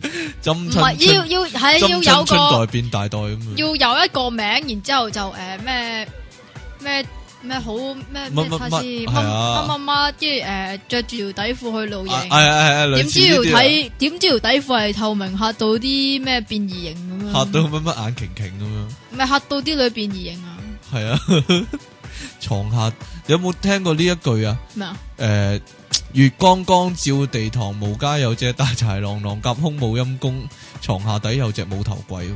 S2: 唔
S1: 針春
S2: 係要
S1: 春
S2: 要係要
S1: 針
S2: 有
S1: 春春
S2: 個
S1: 袋變大袋咁樣，啊
S2: 要有一個名，然之後就诶咩咩咩好咩咩
S1: 乜乜乜
S2: 睇下先乜
S1: 係啊
S2: 乜乜乜，跟住诶着住條底褲去露
S1: 係
S2: 營，
S1: 係係哎類
S2: 點
S1: 似
S2: 知條
S1: 呢啲啊
S2: 底點知條底褲係透明，嚇到啲咩變異型咁樣，
S1: 嚇到乜乜眼瓊瓊咁樣，
S2: 咩嚇到啲女變異型啊？
S1: 係啊， 床下有冇聽過呢一句啊？
S2: 咩啊？
S1: 诶、月光光照地堂，無家有隻大豺狼，狼夾空冇陰公，床下底有隻冇頭鬼咁。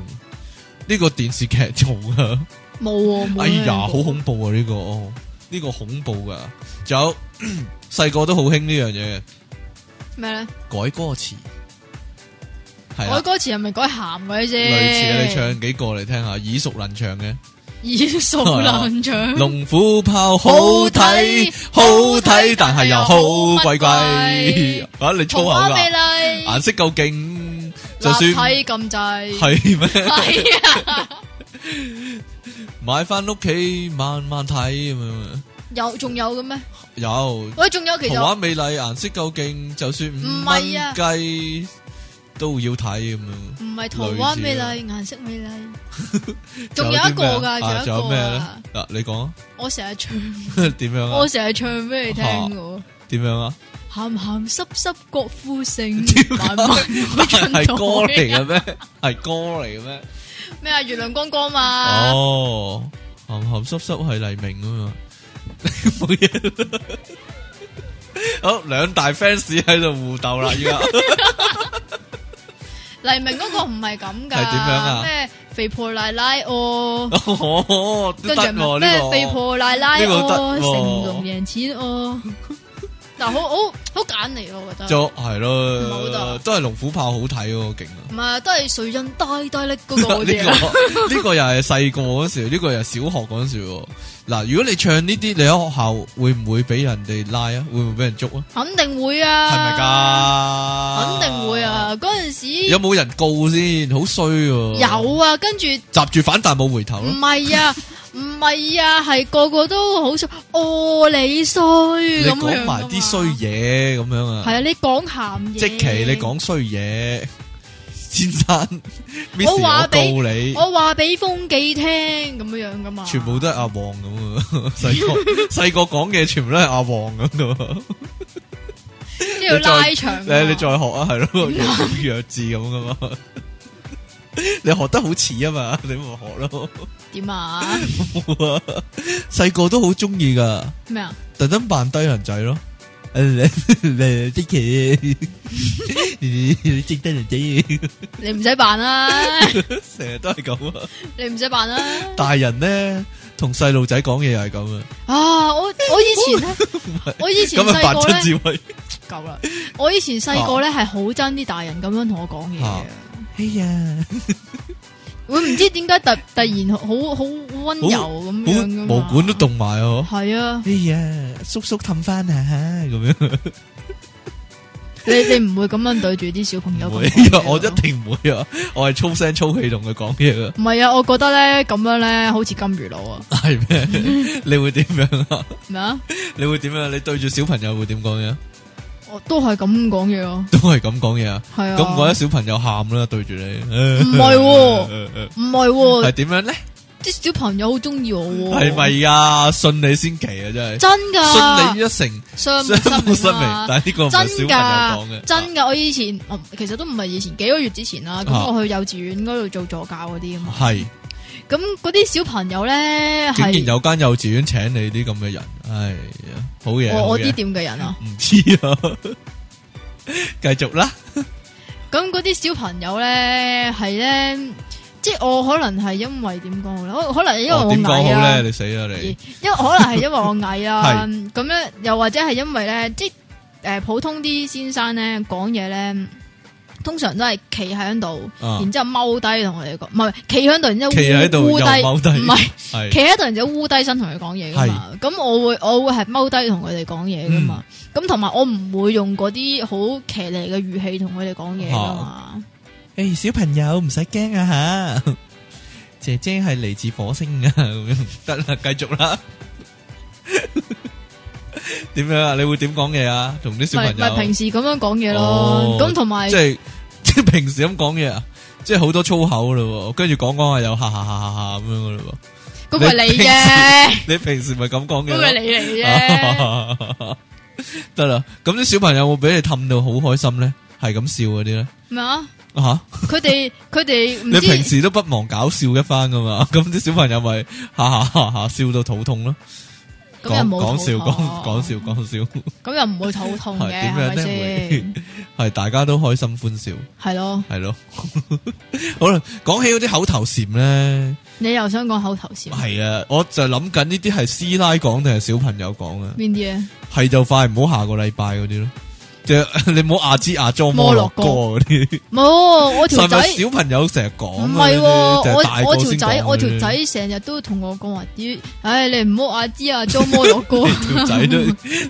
S1: 呢、個電視劇做 噶，
S2: 冇喎，冇
S1: 哎呀，
S2: 聽過
S1: 好恐怖啊！呢、個呢、個恐怖噶，仲有 細個都好興呢樣嘢，
S2: 咩咧？
S1: 改歌詞係
S2: 改
S1: 啦，
S2: 歌詞係咪改鹹嗰啲
S1: 類
S2: 啫？
S1: 似啊你唱幾個嚟聽下，耳熟能詳嘅。
S2: 耳熟 能詳。
S1: 龙虎豹好睇，嗯好睇，但係又好鬼貴。啊！你粗口
S2: 紅
S1: 噶
S2: 花？美麗，
S1: 颜色夠勁，就
S2: 立
S1: 算
S2: 體咁滯，
S1: 係咩？
S2: 係啊，
S1: 買翻屋企慢慢睇咁樣。
S2: 有仲有嘅咩？
S1: 有
S2: 喂，仲有其
S1: 童話
S2: 實
S1: 美麗，顏色夠勁，就算五
S2: 唔
S1: 蚊
S2: 係啊
S1: 雞都要睇咁樣。
S2: 唔係桃花美麗，顏色美麗，仲有一個㗎，
S1: 仲有啲咩啊
S2: 仲
S1: 仲有咩
S2: 有一個
S1: 咧
S2: 啊！？
S1: 嗱，你講啊
S2: 我成日唱，
S1: 點樣啊
S2: 我？成日唱俾你聽嘅。
S1: 點樣啊？
S2: 鹹鹹濕濕郭富城，慢慢
S1: 係歌嚟嘅咩？係歌嚟嘅咩？
S2: 咩啊？月亮光光嘛，
S1: 哦， 鹹鹹濕濕係黎明啊嘛，冇嘢啦。好，两大 fans 喺度互斗啦，依家
S2: 黎明嗰個唔係咁噶，
S1: 係點樣啊
S2: 咩肥婆奶奶哦，
S1: 哦，都
S2: 跟
S1: 得
S2: 住
S1: 喎呢
S2: 係咩咩肥
S1: 個
S2: 婆奶奶
S1: 呢個得
S2: 哦，
S1: 喎
S2: 成龍贏錢哦，嗱好好好揀嚟咯，我覺得，
S1: 就係
S2: 唔好
S1: 咯
S2: 鬥，
S1: 都係龍虎豹好睇喎，勁啊！
S2: 唔係都係誰人大大力嗰
S1: 呢
S2: 個
S1: 個
S2: 嗰啲啊，
S1: 呢個又係細個嗰時，呢個又係小學嗰時喎。嗱，如果你唱呢啲，你喺學校會唔會俾人哋拉啊？會唔會俾人捉啊？
S2: 肯定會啊，
S1: 係咪？噶？
S2: 肯定會！啊，嗰陣時
S1: 有冇人告先？好衰喎！
S2: 有啊，跟住
S1: 集住反彈冇回頭
S2: 唔
S1: 咯。
S2: 係啊，唔係啊，係個個都好想哦你衰
S1: 你
S2: 咁樣
S1: 講埋啲衰嘢咁樣啊
S2: 系？啊，你講鹹嘢，
S1: 即期你講衰嘢，先生，Miss
S2: 我話
S1: 我告
S2: 俾
S1: 你，
S2: 我話俾風紀聽咁樣樣噶嘛，
S1: 全部都係阿旺咁啊！ 細 個細個講嘅全部都係阿旺咁噶。
S2: 都 要拉長㗎嘛。
S1: 你你再學啊，係咯，弱弱智咁噶嘛。 你學得好似啊嘛， 你咪學咯。
S2: 點啊？
S1: 冇啊細個都好中意噶，
S2: 咩啊？
S1: 特登扮低能仔 咯。你即奇，你即低能仔，
S2: 你唔使扮啦，
S1: 成日都係咁啊！
S2: 你唔使扮啦。
S1: 大人咧同細路仔講嘢又係咁啊，
S2: 啊！我我以前 咧，我以前
S1: 咁啊扮
S2: 細個
S1: 真
S2: 咧
S1: 智慧。
S2: 夠啦。我以前細個咧係好憎啲大人咁樣同我講嘢嘅
S1: 啊，哎呀，
S2: 會唔知點解突突然好好好温柔咁
S1: 管
S2: 樣噶
S1: 毛管都凍埋哦。
S2: 係啊！
S1: 哎呀，叔叔氹翻啊，咁樣。
S2: 你你唔會咁樣對住啲小朋友
S1: 唔
S2: 咁
S1: 會
S2: 講嘢，咯
S1: 我一定唔會啊！我係粗聲粗氣同佢講嘢噶，
S2: 唔係啊！我覺得咧咁樣咧好似金魚佬啊，
S1: 係咩？你會點樣啊？
S2: 咩啊？
S1: 你會點樣啊？你對住小朋友會點講嘢？
S2: 我都係咁講嘢咯，
S1: 都係咁講嘢啊！
S2: 係啊。
S1: 咁我啲小朋友喊啦，對住你，
S2: 唔係喎唔係
S1: 係
S2: 喎，
S1: 點樣咧？
S2: 啲小朋友好中意我喎，
S1: 係咪啊？信你先奇啊！真係
S2: 真噶
S1: 信？你一成，
S2: 相
S1: 相
S2: 不
S1: 不
S2: 失
S1: 失
S2: 明
S1: 明
S2: 啊，
S1: 但係呢個唔係
S2: 真
S1: 小朋友
S2: 噶
S1: 講嘅，
S2: 真噶！我以前我其實都唔係以前幾個月之前啦，
S1: 啊
S2: 咁我去幼稚園嗰度做助教嗰啲啊嘛，
S1: 係
S2: 咁嗰啲小朋友咧
S1: 竟然
S2: 係
S1: 有間幼稚園請你啲咁嘅人，係啊，好嘢，
S2: 我
S1: 好
S2: 我
S1: 嘢
S2: 啲點嘅人啊，
S1: 唔知啊，繼續啦，
S2: 咁嗰啲小朋友咧係咧，即係我可能係因為點講好咧，我可能因為
S1: 哦點
S2: 我
S1: 講
S2: 矮
S1: 好咧？
S2: 啊。
S1: 你死啊你！
S2: 因為可能係因為我矮啊，
S1: 係
S2: 咁咧又或者係因為咧，即係诶普通啲先生咧講嘢咧，通常都係企喺度，
S1: 啊
S2: 然之后踎低同我哋講，唔係企喺度，然之后
S1: 企喺度
S2: 烏
S1: 又踎低
S2: 低，唔係
S1: 系
S2: 企喺度，然之后烏低身同佢講嘢噶嘛。咁我會我會係踎低同佢哋講嘢噶嘛。
S1: 嗯
S2: 咁同埋我唔會用嗰啲好騎呢嘅語氣同佢哋講嘢噶嘛。
S1: 诶、小朋友唔使惊啊吓， 姐姐系嚟自火星啊，咁样得啦， 继续啦。点样啊？你会点讲嘢啊？同啲小
S2: 咪
S1: 朋
S2: 咪
S1: 友
S2: 平，時咁樣講嘢咯
S1: 哦。
S2: 咁同埋
S1: 即系 即系平时咁讲嘢啊，即系好多粗口咯喎，跟住讲讲下又哈哈哈哈哈咁样噶咯
S2: 嗰個係你
S1: 你平
S2: 啫，
S1: 喎。你平时咪咁讲
S2: 嗰個係
S1: 嘅
S2: 你嚟 啫。
S1: 咯？得啦，咁啲小朋友有冇俾你氹到好开心咧？系咁笑嗰啲咧？
S2: 咩啊？
S1: 啊吓、
S2: 佢哋佢哋唔
S1: 你平
S2: 知
S1: 時都不忘搞笑一番噶嘛？ 咁啲小朋友咪哈哈哈哈笑到肚痛咯。
S2: 咁又
S1: 講
S2: 冇
S1: 講笑，
S2: 肚
S1: 講
S2: 痛
S1: 講笑，講笑，
S2: 咁又唔會肚痛
S1: 係
S2: 嘅，
S1: 點
S2: 係
S1: 樣
S2: 咪
S1: 呢
S2: 先？
S1: 係大家都開心歡笑，
S2: 係咯，
S1: 係咯。 好啦，講起嗰啲口頭禪咧，
S2: 你又想講口頭禪
S1: 係啊，我就諗緊呢啲係師奶講定係小朋友講啊？
S2: 邊啲啊？
S1: 係就快唔好下個禮拜嗰啲咯，即係 你唔好牙支牙裝摩洛哥嗰啲，
S2: 冇，我條
S1: 係
S2: 仔
S1: 咪小朋友成日講啊？
S2: 唔係喎，
S1: 呢啲就係大
S2: 我
S1: 個
S2: 我條
S1: 先
S2: 仔
S1: 講
S2: 我條
S1: 嗰啲
S2: 仔成日都同我講話啲，唉，你唔好阿芝啊，裝摩洛 哥，
S1: 条仔 都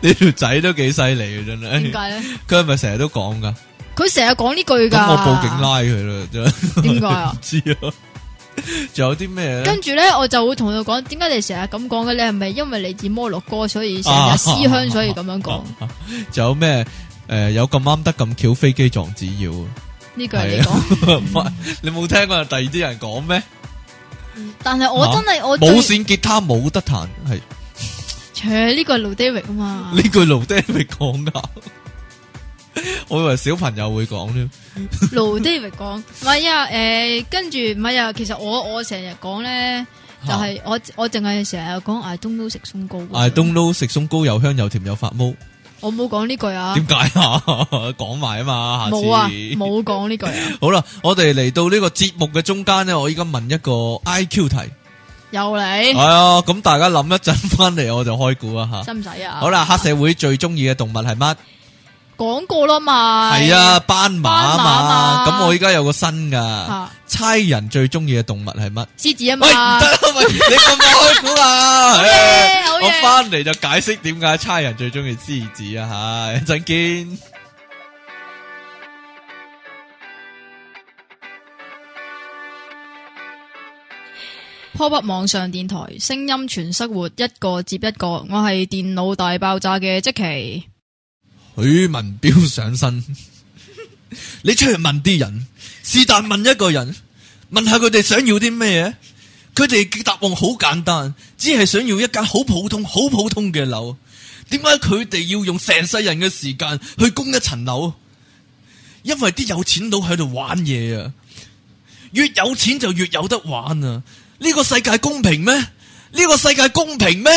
S1: 你條仔都幾犀利嘅真
S2: 點
S1: 係，
S2: 解咧？
S1: 佢係咪成日都講噶？
S2: 佢成日講呢句㗎。
S1: 咁我報警。 拉佢啦，真係
S2: 點解啊
S1: 唔？知啊。 仲有啲咩咧？
S2: 跟住咧，我就會同佢講，點解你成日咁講嘅？你係咪因為嚟自摩洛哥，所以成日思鄉，所以咁樣
S1: 啊
S2: 講？
S1: 仲有咩？诶，有咁啱得咁巧，飛機撞紙鹞啊。
S2: 呢句係你講，
S1: 唔 係啊 你冇聽過第二啲人講咩？
S2: 但係我真係我最
S1: 啊冇線吉他冇得彈，係
S2: 切呢個係 Lou David 啊嘛。
S1: 呢句盧爹咪講噶。 我以為小朋友會講添，
S2: 盧 David 講，唔係啊，诶、跟住唔係啊，其實我我成日講咧，就係我我淨係成日講 I don't know 食松糕。
S1: I don't know 食鬆糕又香又甜又發毛，
S2: 我冇讲呢句啊，
S1: 点解啊？ 讲埋啊嘛，下次
S2: 冇啊，冇讲呢 句啊，
S1: 好啦，我哋嚟到呢个节目嘅中间呢，我依家问一个 I Q 题，系
S2: 又你
S1: 啊，咁大家谂一阵翻嚟，我就开估啊吓。
S2: 使唔使啊？
S1: 好啦，黑社会最中意嘅动物系乜？
S2: 讲过啦嘛，
S1: 系啊，，斑马啊嘛。
S2: 斑馬嘛
S1: 咁我依家有个新噶
S2: 啊，
S1: 差人最中意嘅动物系乜？
S2: 狮子
S1: 喂，
S2: 啊
S1: 唔
S2: 嘛
S1: 得，啦，喂，你咁快开估 啦！唉
S2: 好嘢
S1: 我翻嚟就解释点解差人最中意狮子啊吓，一阵见。
S2: p o p 网上电台，声音全生活，一个接一个，我系电脑大爆炸嘅即奇，
S1: 许文彪上身，你出去问啲人，是但问一个人，问下佢哋想要啲咩嘢？佢哋嘅答案好简单，只系想要一间好普通、好普通嘅楼。点解佢哋要用成世人嘅时间去供一层楼？因为啲有钱佬喺度玩嘢啊！越有钱就越有得玩啊！呢、個个世界公平咩？呢、個个世界公平咩？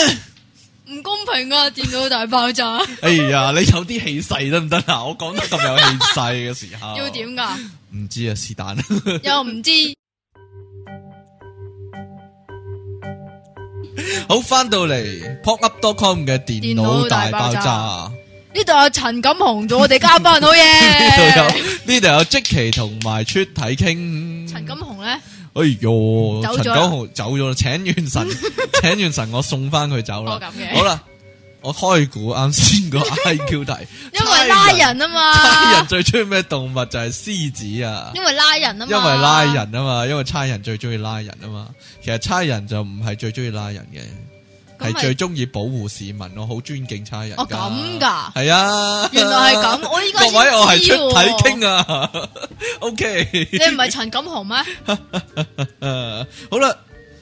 S2: 唔公平啊！电脑大 爆炸
S1: 哎呀，你有啲氣勢得唔得啊？我講得咁有氣勢嘅時候，
S2: 要點？噶？
S1: 唔知啊，是但。
S2: 又唔知
S1: 好，翻到嚟 popup.com 嘅電腦大爆
S2: 電腦大
S1: 炸，
S2: 呢度有陳錦雄做我哋嘉賓，好
S1: 呢
S2: 嘢！
S1: 度有呢度有即期同埋出體傾。
S2: 陳錦雄咧
S1: 哎哟，
S2: 走
S1: 陳
S2: 咗啦
S1: 九豪走咗啦，請完 神，請完神，我送翻佢走啦
S2: 哦咁。嘅
S1: 好啦，我開估啱先個 I Q 題，
S2: 因為拉人啊
S1: 差人
S2: 嘛，
S1: 最中意咩動物就係獅子啊。
S2: 因為拉人啊嘛，
S1: 因為拉人啊嘛，因為差人最中意拉人啊嘛。其實差人就唔係最中意拉人嘅，
S2: 咁
S1: 係
S2: 咪
S1: 最中意保護市民。我好尊敬差人。
S2: 哦咁㗎
S1: 係啊，
S2: 原來係咁我依家 先
S1: 各位，我係
S2: 知
S1: 出
S2: 喎
S1: 體傾啊。O K，
S2: 你唔係陳錦雄咩？
S1: 好啦，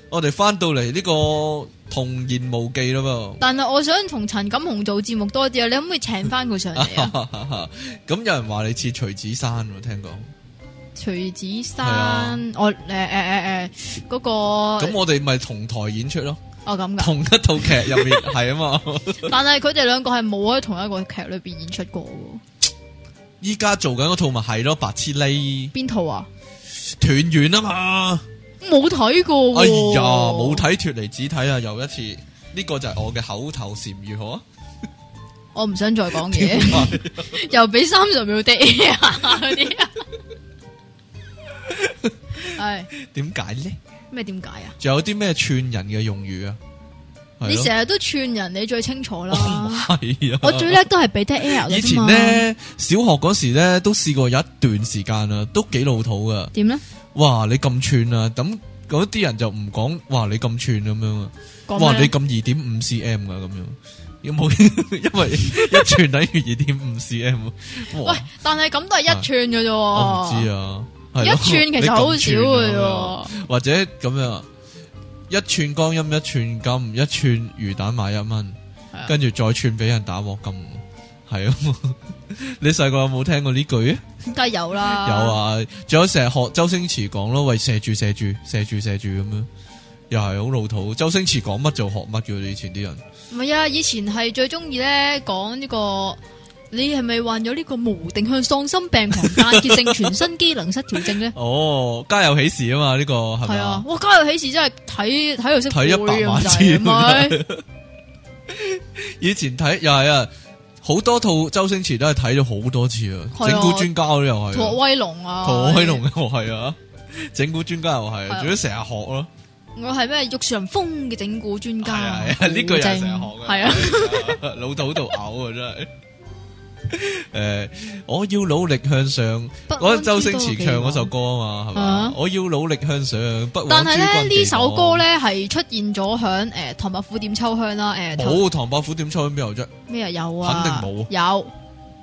S1: 我哋翻到嚟呢個童言無忌啦噃。
S2: 但係我想同陳錦雄做節目多啲啊，你可唔可以請翻佢上 嚟啊？
S1: 咁有人話你似徐子珊喎，聽講。
S2: 徐子
S1: 係啊
S2: 珊，我誒誒誒誒嗰個
S1: 咁我哋咪同台演出咯，
S2: 哦咁㗎，
S1: 同一套劇入面 係啊嘛。
S2: 但係佢哋兩個係冇喺同一個劇裏邊演出過喎，
S1: 依家做緊嗰套咪係咯，白痴呢
S2: 邊套啊？
S1: 團圓啊嘛。
S2: 冇睇過喎，
S1: 哎呀，冇，睇脱離只睇啊！又一次，呢、個就係我嘅口頭禪，如何啊？
S2: 我唔想再 講嘢。
S1: 啊
S2: 又俾三十秒的嗰啲 啊，系
S1: 點解呢？
S2: 咩？點解啊？
S1: 仲有啲咩串人嘅用語啊？係咯
S2: 你成日都串人，你最清楚
S1: 我唔
S2: 啦。
S1: 係啊！
S2: 我最叻都係俾得 air
S1: 以
S2: 嘅啫
S1: 前
S2: 嘛。
S1: 呢，小學嗰時呢，都試過有一段時間啊，都幾老土噶。
S2: 點咧？
S1: 哇！你咁串啊，咁嗰啲人就唔講哇你咁串咁樣啊，
S2: 講
S1: 哇
S2: 咩
S1: 你
S2: 呢
S1: 咁二點五 cm 啊咁樣。有冇？ 因為一串等於二點五 cm。哇！
S2: 喂，但係咁都係一串嘅啫
S1: 啊哦我唔
S2: 喎。
S1: 知啊，係
S2: 一
S1: 咯
S2: 串其實好少嘅
S1: 你咁串啊
S2: 啫。
S1: 或者咁樣，一串光陰一串金，一串魚蛋賣一蚊
S2: 係啊，
S1: 跟住再串俾人打鑊金，係啊！ 你細個有冇聽過呢句啊？
S2: 梗係有啦。
S1: 有。啊，仲有成日學周星馳講咯，喂射住射住射住射住咁樣，又係好老土。周星馳講乜就學乜嘅，以前啲人？
S2: 唔係啊，以前係最中意咧講呢個。你係咪患咗呢個無定向喪心病狂間歇性全身機能失調症咧
S1: 哦，家有喜事啊嘛，呢個 係咪
S2: 係啊
S1: 啊，？
S2: 哇！家有喜事真係睇睇到識
S1: 睇一百
S2: 背
S1: 萬
S2: 咁滯係咪？
S1: 次，以前睇又係啊，好多套周星馳都係睇咗好多次啊，
S2: 係啊
S1: 整蠱專家都又係
S2: 托
S1: 啊，
S2: 威龍 啊，
S1: 陀威龍又係啊， 整蠱專家又係
S2: 係
S1: 啊，
S2: 啊
S1: 仲要成日學咯，
S2: 我係咩玉樹臨風嘅整蠱專
S1: 係
S2: 家
S1: 啊
S2: 啊，
S1: 係啊，呢句又係成日學嘅，
S2: 係 啊，
S1: 老土到嘔啊真係。誒，我要努力向上，
S2: 不
S1: 嗰
S2: 安
S1: 陣周星
S2: 之多
S1: 馳
S2: 忌
S1: 唱嗰
S2: 諱
S1: 首歌啊嘛，係嘛
S2: 啊？
S1: 我要努力向上，不枉
S2: 但係咧
S1: 諸君
S2: 呢首歌
S1: 咧
S2: 咧係出現咗響誒《唐伯虎點秋香》啦，誒唐
S1: 冇唐伯虎點秋香邊有啫？
S2: 咩啊有啊，
S1: 肯定冇
S2: 有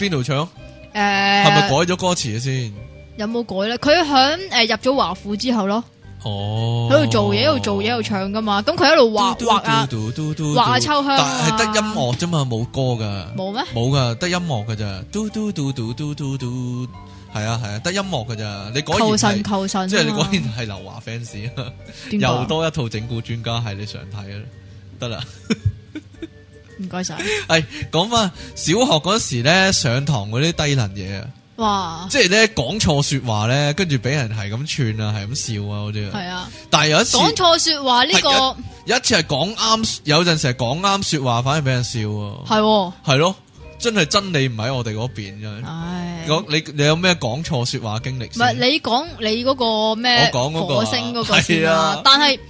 S1: 邊度唱？
S2: 誒
S1: 系咪改咗歌詞先？
S2: 有冇改咧？佢響誒入咗華府之後咯，
S1: 哦，
S2: 喺度做嘢，喺度做嘢，喺度唱噶嘛，咁佢喺度畫畫啊，
S1: 嘟嘟嘟嘟嘟
S2: 畫啊秋香啊
S1: 但係得音樂啫嘛，冇歌噶，
S2: 冇咩？
S1: 冇噶，得音樂噶咋，嘟嘟嘟嘟嘟嘟嘟，係啊係啊，得音樂噶咋，你果然
S2: 求
S1: 係，
S2: 神求神啊嘛，
S1: 即係你果然係劉華 fans 啊，
S2: 點解啊
S1: 又多一套整蠱專家係你想睇啊，得啦，
S2: 唔該晒。
S1: 系讲翻小學嗰時咧，上堂嗰啲低能嘢啊，
S2: 哇，
S1: 即係咧講錯说話咧，跟住俾人係咁串啊，係咁笑啊嗰啲
S2: 係
S1: 啊。
S2: 啊，
S1: 但係有一次，
S2: 講錯说話呢個
S1: 係啊有一次係講啱，有陣時係講啱说話，反而俾人笑啊。
S2: 係喎，
S1: 係咯，真係真理唔喺我哋嗰邊啫。
S2: 唉，
S1: 講你你有咩講錯说話經歷
S2: 唔
S1: 先？
S2: 係你講你嗰個咩
S1: 我講嗰個啊
S2: 火星嗰個先啦
S1: 係啊，
S2: 但係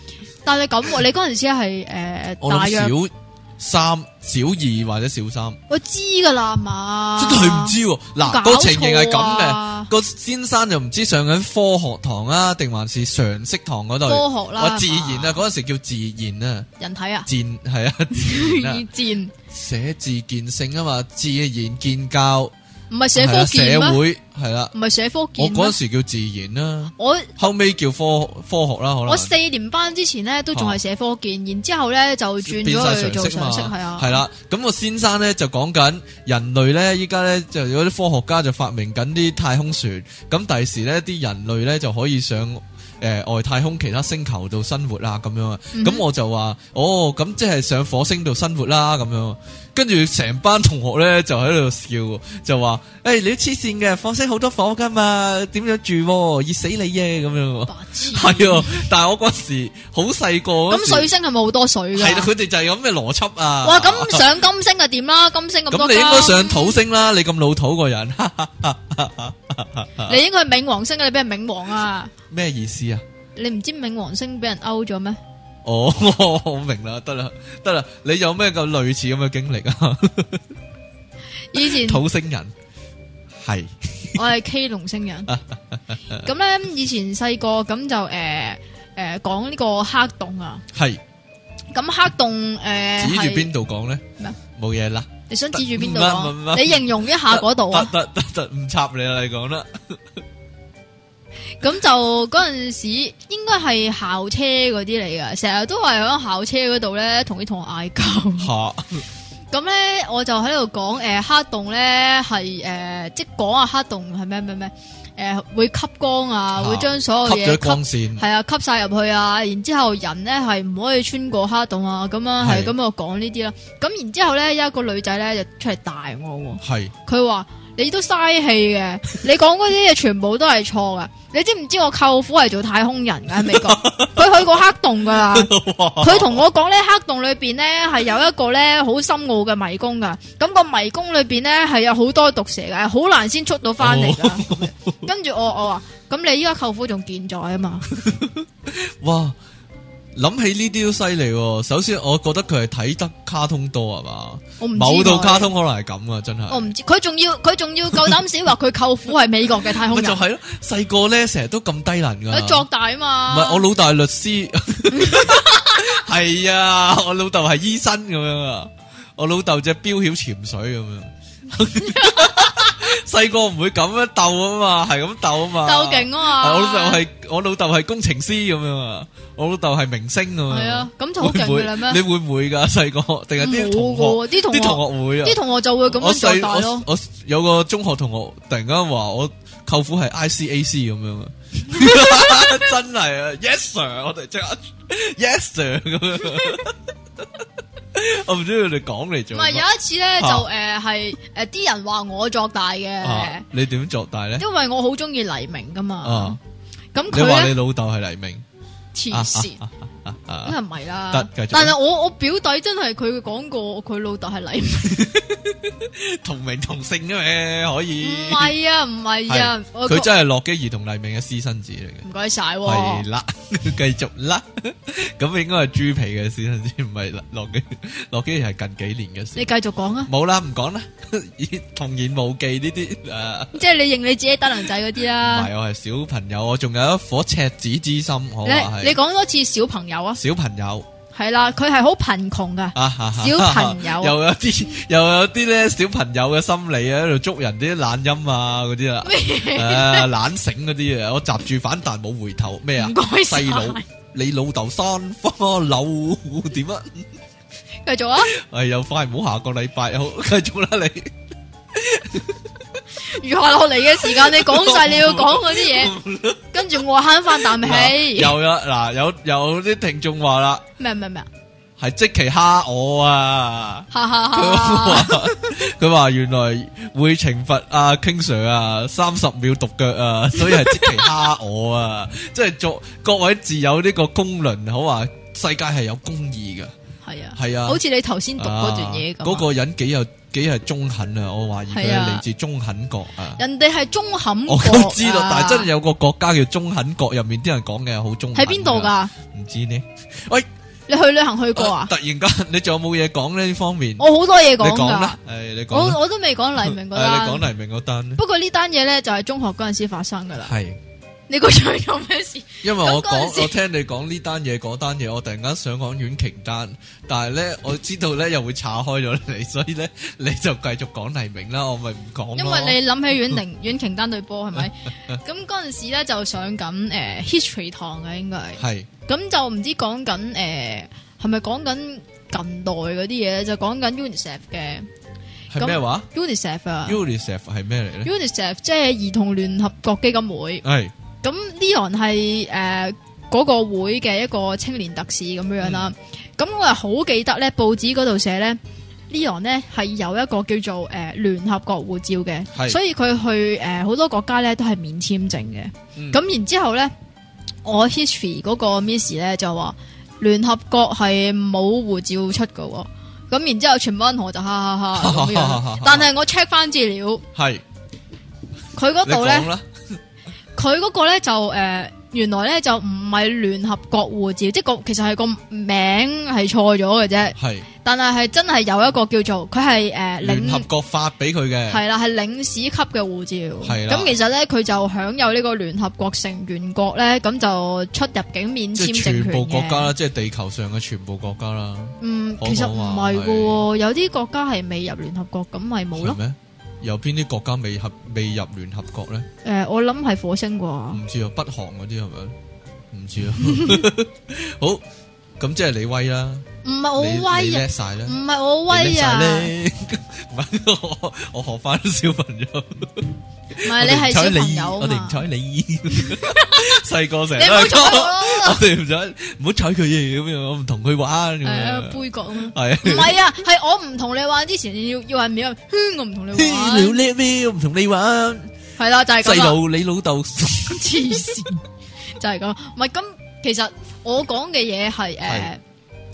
S2: 但係咁 喎，你嗰陣時係诶
S1: 我
S2: 大
S1: 諗
S2: 約
S1: 小三、小二或者小三，
S2: 我知噶啦係嘛，
S1: 真係唔知喎。
S2: 啊搞
S1: 嗱，
S2: 錯啊啊
S1: 個情形係咁嘅。個先生就唔知上緊科學堂啊，定還是常識堂嗰度？
S2: 科學啦
S1: 我自然
S2: 係嘛
S1: 啊，嗰阵时叫自然啊，
S2: 人體啊，
S1: 戰係 啊，自然啊，
S2: 戰
S1: 寫字健性啊嘛，自然建教，
S2: 唔係社
S1: 係
S2: 科
S1: 啊
S2: 健
S1: 社
S2: 咩？
S1: 會係啦，
S2: 唔係社科
S1: 我
S2: 健
S1: 嗰
S2: 咩
S1: 阵？时叫自然啦，
S2: 我
S1: 後尾叫科科學啦，可能
S2: 我四年班之前咧都仲係社科健，然之後咧就轉
S1: 變晒
S2: 咗去做
S1: 識嘛
S2: 常識，係啊，
S1: 係啦，咁個先生咧就講緊人類咧，依家咧就有啲科學家就發明緊啲太空船，咁第時咧啲人類咧就可以上诶、外太空其他星球度生活啦，咁樣啊，
S2: 嗯
S1: 咁、我就話哦，咁即係上火星度生活啦，咁樣。跟住成班同學咧就喺度笑喎，就話：，诶、你都黐線嘅，火星好多火噶嘛，點樣住喎？熱死你耶！咁樣喎，
S2: 白痴。
S1: 係啊，但係我嗰時好細個嗰時
S2: 咁水星係咪好多水
S1: 系啦，
S2: 㗎？
S1: 佢哋就係咁嘅邏輯啊！
S2: 哇，咁上金星就點啦？金星咁多
S1: 咁你應該上
S2: 金
S1: 土星啦，你咁老土個人， 啊
S2: 你應該係冥王星嘅，你俾人冥王啊！
S1: 咩意思啊？
S2: 你唔知冥王星俾人勾咗咩？
S1: 哦， 我明啦，得啦，得啦，你有咩咁類似咁嘅經歷 啊？
S2: 以前
S1: 土星人係
S2: 我係 K 龍 星人，咁咧以前細個咁就诶诶讲呢個黑洞啊，
S1: 係
S2: 咁黑洞诶
S1: 指住邊度講咧
S2: 咩啊？
S1: 冇嘢啦，
S2: 你想指住邊度
S1: 唔係唔係唔
S2: 講？
S1: 係
S2: 你形容一下嗰度啊！
S1: 得得得得，唔插你啦，你講啦，
S2: 咁就嗰陣時應該係校車嗰啲嚟噶，成日都係喺校車嗰度咧同啲同學嗌交。
S1: 吓
S2: 哦咁咧我就喺度講誒黑洞咧係誒，即係講啊黑洞係咩咩咩誒會吸光
S1: 啊
S2: 啊，會將所有
S1: 吸咗
S2: 嘢
S1: 光
S2: 吸
S1: 線，
S2: 係啊吸晒入去啊，然之後人咧係唔可以穿過黑洞啊，咁啊
S1: 係
S2: 係咁我講呢啲啦。咁然之後咧有一個女仔咧就出嚟大我喎。
S1: 係
S2: 佢話你都嘥氣嘅，你講嗰啲嘢全部都係錯嘅。你知唔知我舅父係做太空人㗎喺美 國，佢去過黑洞噶啦。佢同我講咧，黑洞裏边咧係有一個咧好深奧嘅迷宮噶。咁、個迷宮裏边咧係有好多毒蛇嘅，好難先出到翻嚟噶。咁
S1: 哦
S2: 樣跟住我我話：咁你依家舅父仲健在啊嘛？
S1: 哇！諗起呢啲都犀利喎。首先，我覺得佢係睇得卡通多係嘛，
S2: 我唔知哦
S1: 某度
S2: 佢
S1: 卡，通可能係咁啊，真係。
S2: 我唔知佢仲要佢仲要夠膽死話佢舅父係美國嘅太空
S1: 咪就
S2: 人，
S1: 係咯，細個咧成日都咁低能噶。
S2: 佢作大啊
S1: 唔
S2: 嘛。
S1: 係我老豆係律師， 係啊，我老豆係醫生咁樣啊，我老豆只標曉潛水咁樣。 細個唔會咁樣鬥啊嘛，係咁鬥啊嘛。
S2: 鬥勁啊嘛。
S1: 係我老豆係我老豆係工程師咁樣啊，我老豆係明星咁
S2: 系
S1: 樣
S2: 啊。，咁就好勁
S1: 會
S2: 噶
S1: 唔
S2: 啦
S1: 會
S2: 咩嗯
S1: 你？會唔會㗎細個？定係啲同學
S2: 冇嘅喎，啲同學
S1: 啲同學會啊？
S2: 啲同學就會咁
S1: 我
S2: 樣做大
S1: 細
S2: 咯
S1: 我。我有個中學同學突然間話我舅父係 ICAC 咁樣啊， 真係啊，yes sir，我哋即刻 yes sir 咁樣。 我唔知佢哋講嚟
S2: 唔
S1: 做
S2: 係
S1: 乜。
S2: 有一次咧，就
S1: 啊
S2: 誒係誒啲人話我作大嘅
S1: 啊，你點作大咧？
S2: 因為我好中意黎明噶嘛
S1: 啊。，
S2: 咁
S1: 你話
S2: 佢
S1: 你
S2: 咧
S1: 老豆係黎明
S2: 黐線，
S1: 啊啊啊
S2: 梗係唔係啦
S1: 得繼續？
S2: 但係我我表弟真係佢講過，佢老豆係黎明。
S1: 同名同姓嘅咩？可以
S2: 唔，係啊，唔係啊，我
S1: 佢真係洛基兒同黎明嘅私生子嚟嘅。
S2: 唔該晒喎
S1: 系。啦， 繼續啦， 咁應該係豬皮嘅先，唔係落基 落基係近幾年嘅
S2: 你
S1: 事。
S2: 繼續講啊，
S1: 冇啦，唔講啦， 童言無忌呢啲 诶，
S2: 即係你認你自己低能仔嗰啲
S1: 唔
S2: 啦。
S1: 係我係小朋友，我仲有一顆赤子之心，我
S2: 你
S1: 話
S2: 你
S1: 係
S2: 講多次小朋友啊，
S1: 小朋友
S2: 係啦，佢係好貧窮噶。
S1: 啊，哈哈
S2: 小朋友
S1: 又有啲又有啲咧小朋友嘅心理啊，喺度捉人啲懶音啊嗰啲啦，诶懶醒嗰啲啊，我閘住反彈冇回頭咩啊
S2: 唔，該晒
S1: 細佬你老豆生花柳 點啊？
S2: 繼續啊，
S1: 哎，又快唔好下個禮拜 好，繼續啦你。
S2: 餘下落嚟嘅時間，你講晒你要講嗰啲嘢，跟住我慳翻啖
S1: 嗱
S2: 氣。
S1: 又有嗱有有啲聽眾話啦，
S2: 咩咩咩？啊
S1: 系即其虾我啊！
S2: 哈哈
S1: 佢
S2: 哈！
S1: 話佢话原来会惩罚阿 King Sir 啊，三十秒独脚啊，所以系即其虾我 啊，即系作各位自有呢个公论，好话世界系有公义噶，
S2: 系啊，
S1: 系啊，
S2: 好似你头先读嗰段嘢咁啊。
S1: 嗰个人几有几系中肯啊，我怀疑佢系
S2: 係啊
S1: 嚟自中肯国啊。
S2: 人哋系中肯
S1: 我
S2: 國
S1: 都知道，
S2: 啊
S1: 但系真系有个国家叫中肯国，入面啲人讲嘅好中肯。
S2: 喺边度？噶？
S1: 唔知呢。
S2: 你去旅行去过
S1: 啊
S2: 啊？
S1: 突然间，你仲有冇嘢讲呢？呢方面，
S2: 我好多嘢
S1: 你
S2: 讲
S1: 講
S2: 噶
S1: 啦，，诶，你讲。
S2: 我我都未讲黎明嗰
S1: 誒
S2: 單
S1: 你。讲黎明嗰单咧，
S2: 不过呢单嘢咧就系中学嗰阵时发 生噶啦。
S1: 系。
S2: 你個樣有咩事？
S1: 因为我
S2: 咁
S1: 讲
S2: 嗰陣時
S1: 我听你讲呢单嘢嗰单嘢，我突然间想讲阮琼丹，但系咧我知道咧又会岔开咗你，所以咧 你就继续讲黎明啦，我咪唔讲咯。
S2: 因為你諗起阮玲、 阮瓊丹對波係咪？咁嗰陣時咧就上緊诶 history 堂啊嘅應該係，
S1: 系
S2: 咁就唔知講緊诶係咪講緊近代嗰啲嘢咧，就講緊 UNICEF 嘅
S1: 系咩话
S2: UNICEF 啊
S1: ？UNICEF 系咩嚟咧？
S2: ，UNICEF 即係兒童聯合國基金會。
S1: 系
S2: 咁呢行係诶嗰個會嘅一個青年特使咁樣樣啦。咁、我係好記得咧，報紙嗰度寫咧。呢行咧係有一個叫做誒、呃、聯合國護照
S1: 係
S2: 嘅，所以佢去誒好、多國家咧都係免簽證嘅。
S1: 嗯
S2: 咁、然之後咧，我 history 嗰個 miss 咧就話聯合國係冇護照出嘅喎。咁然之後全部人同我就哈哈哈 咁樣。但係我 check 翻資料，
S1: 系
S2: 佢嗰
S1: 你
S2: 度咧
S1: 讲。啦，
S2: 佢嗰個咧就誒、呃原來咧就唔係聯合國護照，即係個其實係個名係錯咗嘅啫。
S1: 系
S2: 但係係真係有一個叫做佢呃係誒
S1: 联合
S2: 領
S1: 国发俾佢嘅，
S2: 係啊啦，係領事級嘅護照。
S1: 係啦
S2: 咁其實咧佢就享有呢個聯合國成員國咧，咁就出入境免簽
S1: 即系
S2: 證
S1: 全
S2: 權
S1: 部国家
S2: 嘅。
S1: 啦，即系地球上嘅全部国家啦，
S2: 嗯，
S1: 好
S2: 其實
S1: 好
S2: 唔
S1: 啊
S2: 係
S1: 係
S2: 嘅喎，有啲國家係未入聯合國，咁咪冇
S1: 系
S2: 咯。
S1: 咩？有边啲国家未合未入联合国咧？
S2: 誒、我諗係火星啩。
S1: 唔知啊，北韓嗰啲係咪？唔知 啊。 好，咁即係你威啦，
S2: 唔係我
S1: 你你
S2: 威啊，
S1: 叻晒啦，
S2: 唔係我威
S1: 你叻晒
S2: 啊，唔
S1: 呢 唔係我我學翻小朋友，
S2: 係你係
S1: 我哋唔睬
S2: 小
S1: 你
S2: 朋友啊
S1: 我哋唔
S2: 嘛。
S1: 睬 你，細個成
S2: 你
S1: 日
S2: 唔
S1: 都
S2: 好
S1: 係
S2: 睬
S1: 講，
S2: 我
S1: 我
S2: 咯，
S1: 哋唔睬唔好睬佢嘢咁樣，我唔同佢玩咁
S2: 係啊，
S1: 樣，
S2: 杯葛啊嘛。
S1: 係啊
S2: 唔係啊，係我唔同你玩之前，要要人面圈我唔 同你
S1: 嘿你好
S2: 玩，
S1: 叻咩？我唔同你玩，
S2: 係啦，就
S1: 細
S2: 係咁啊啦，
S1: 路你老豆
S2: 黐線，就係咁。唔係咁，其實我講嘅嘢係誒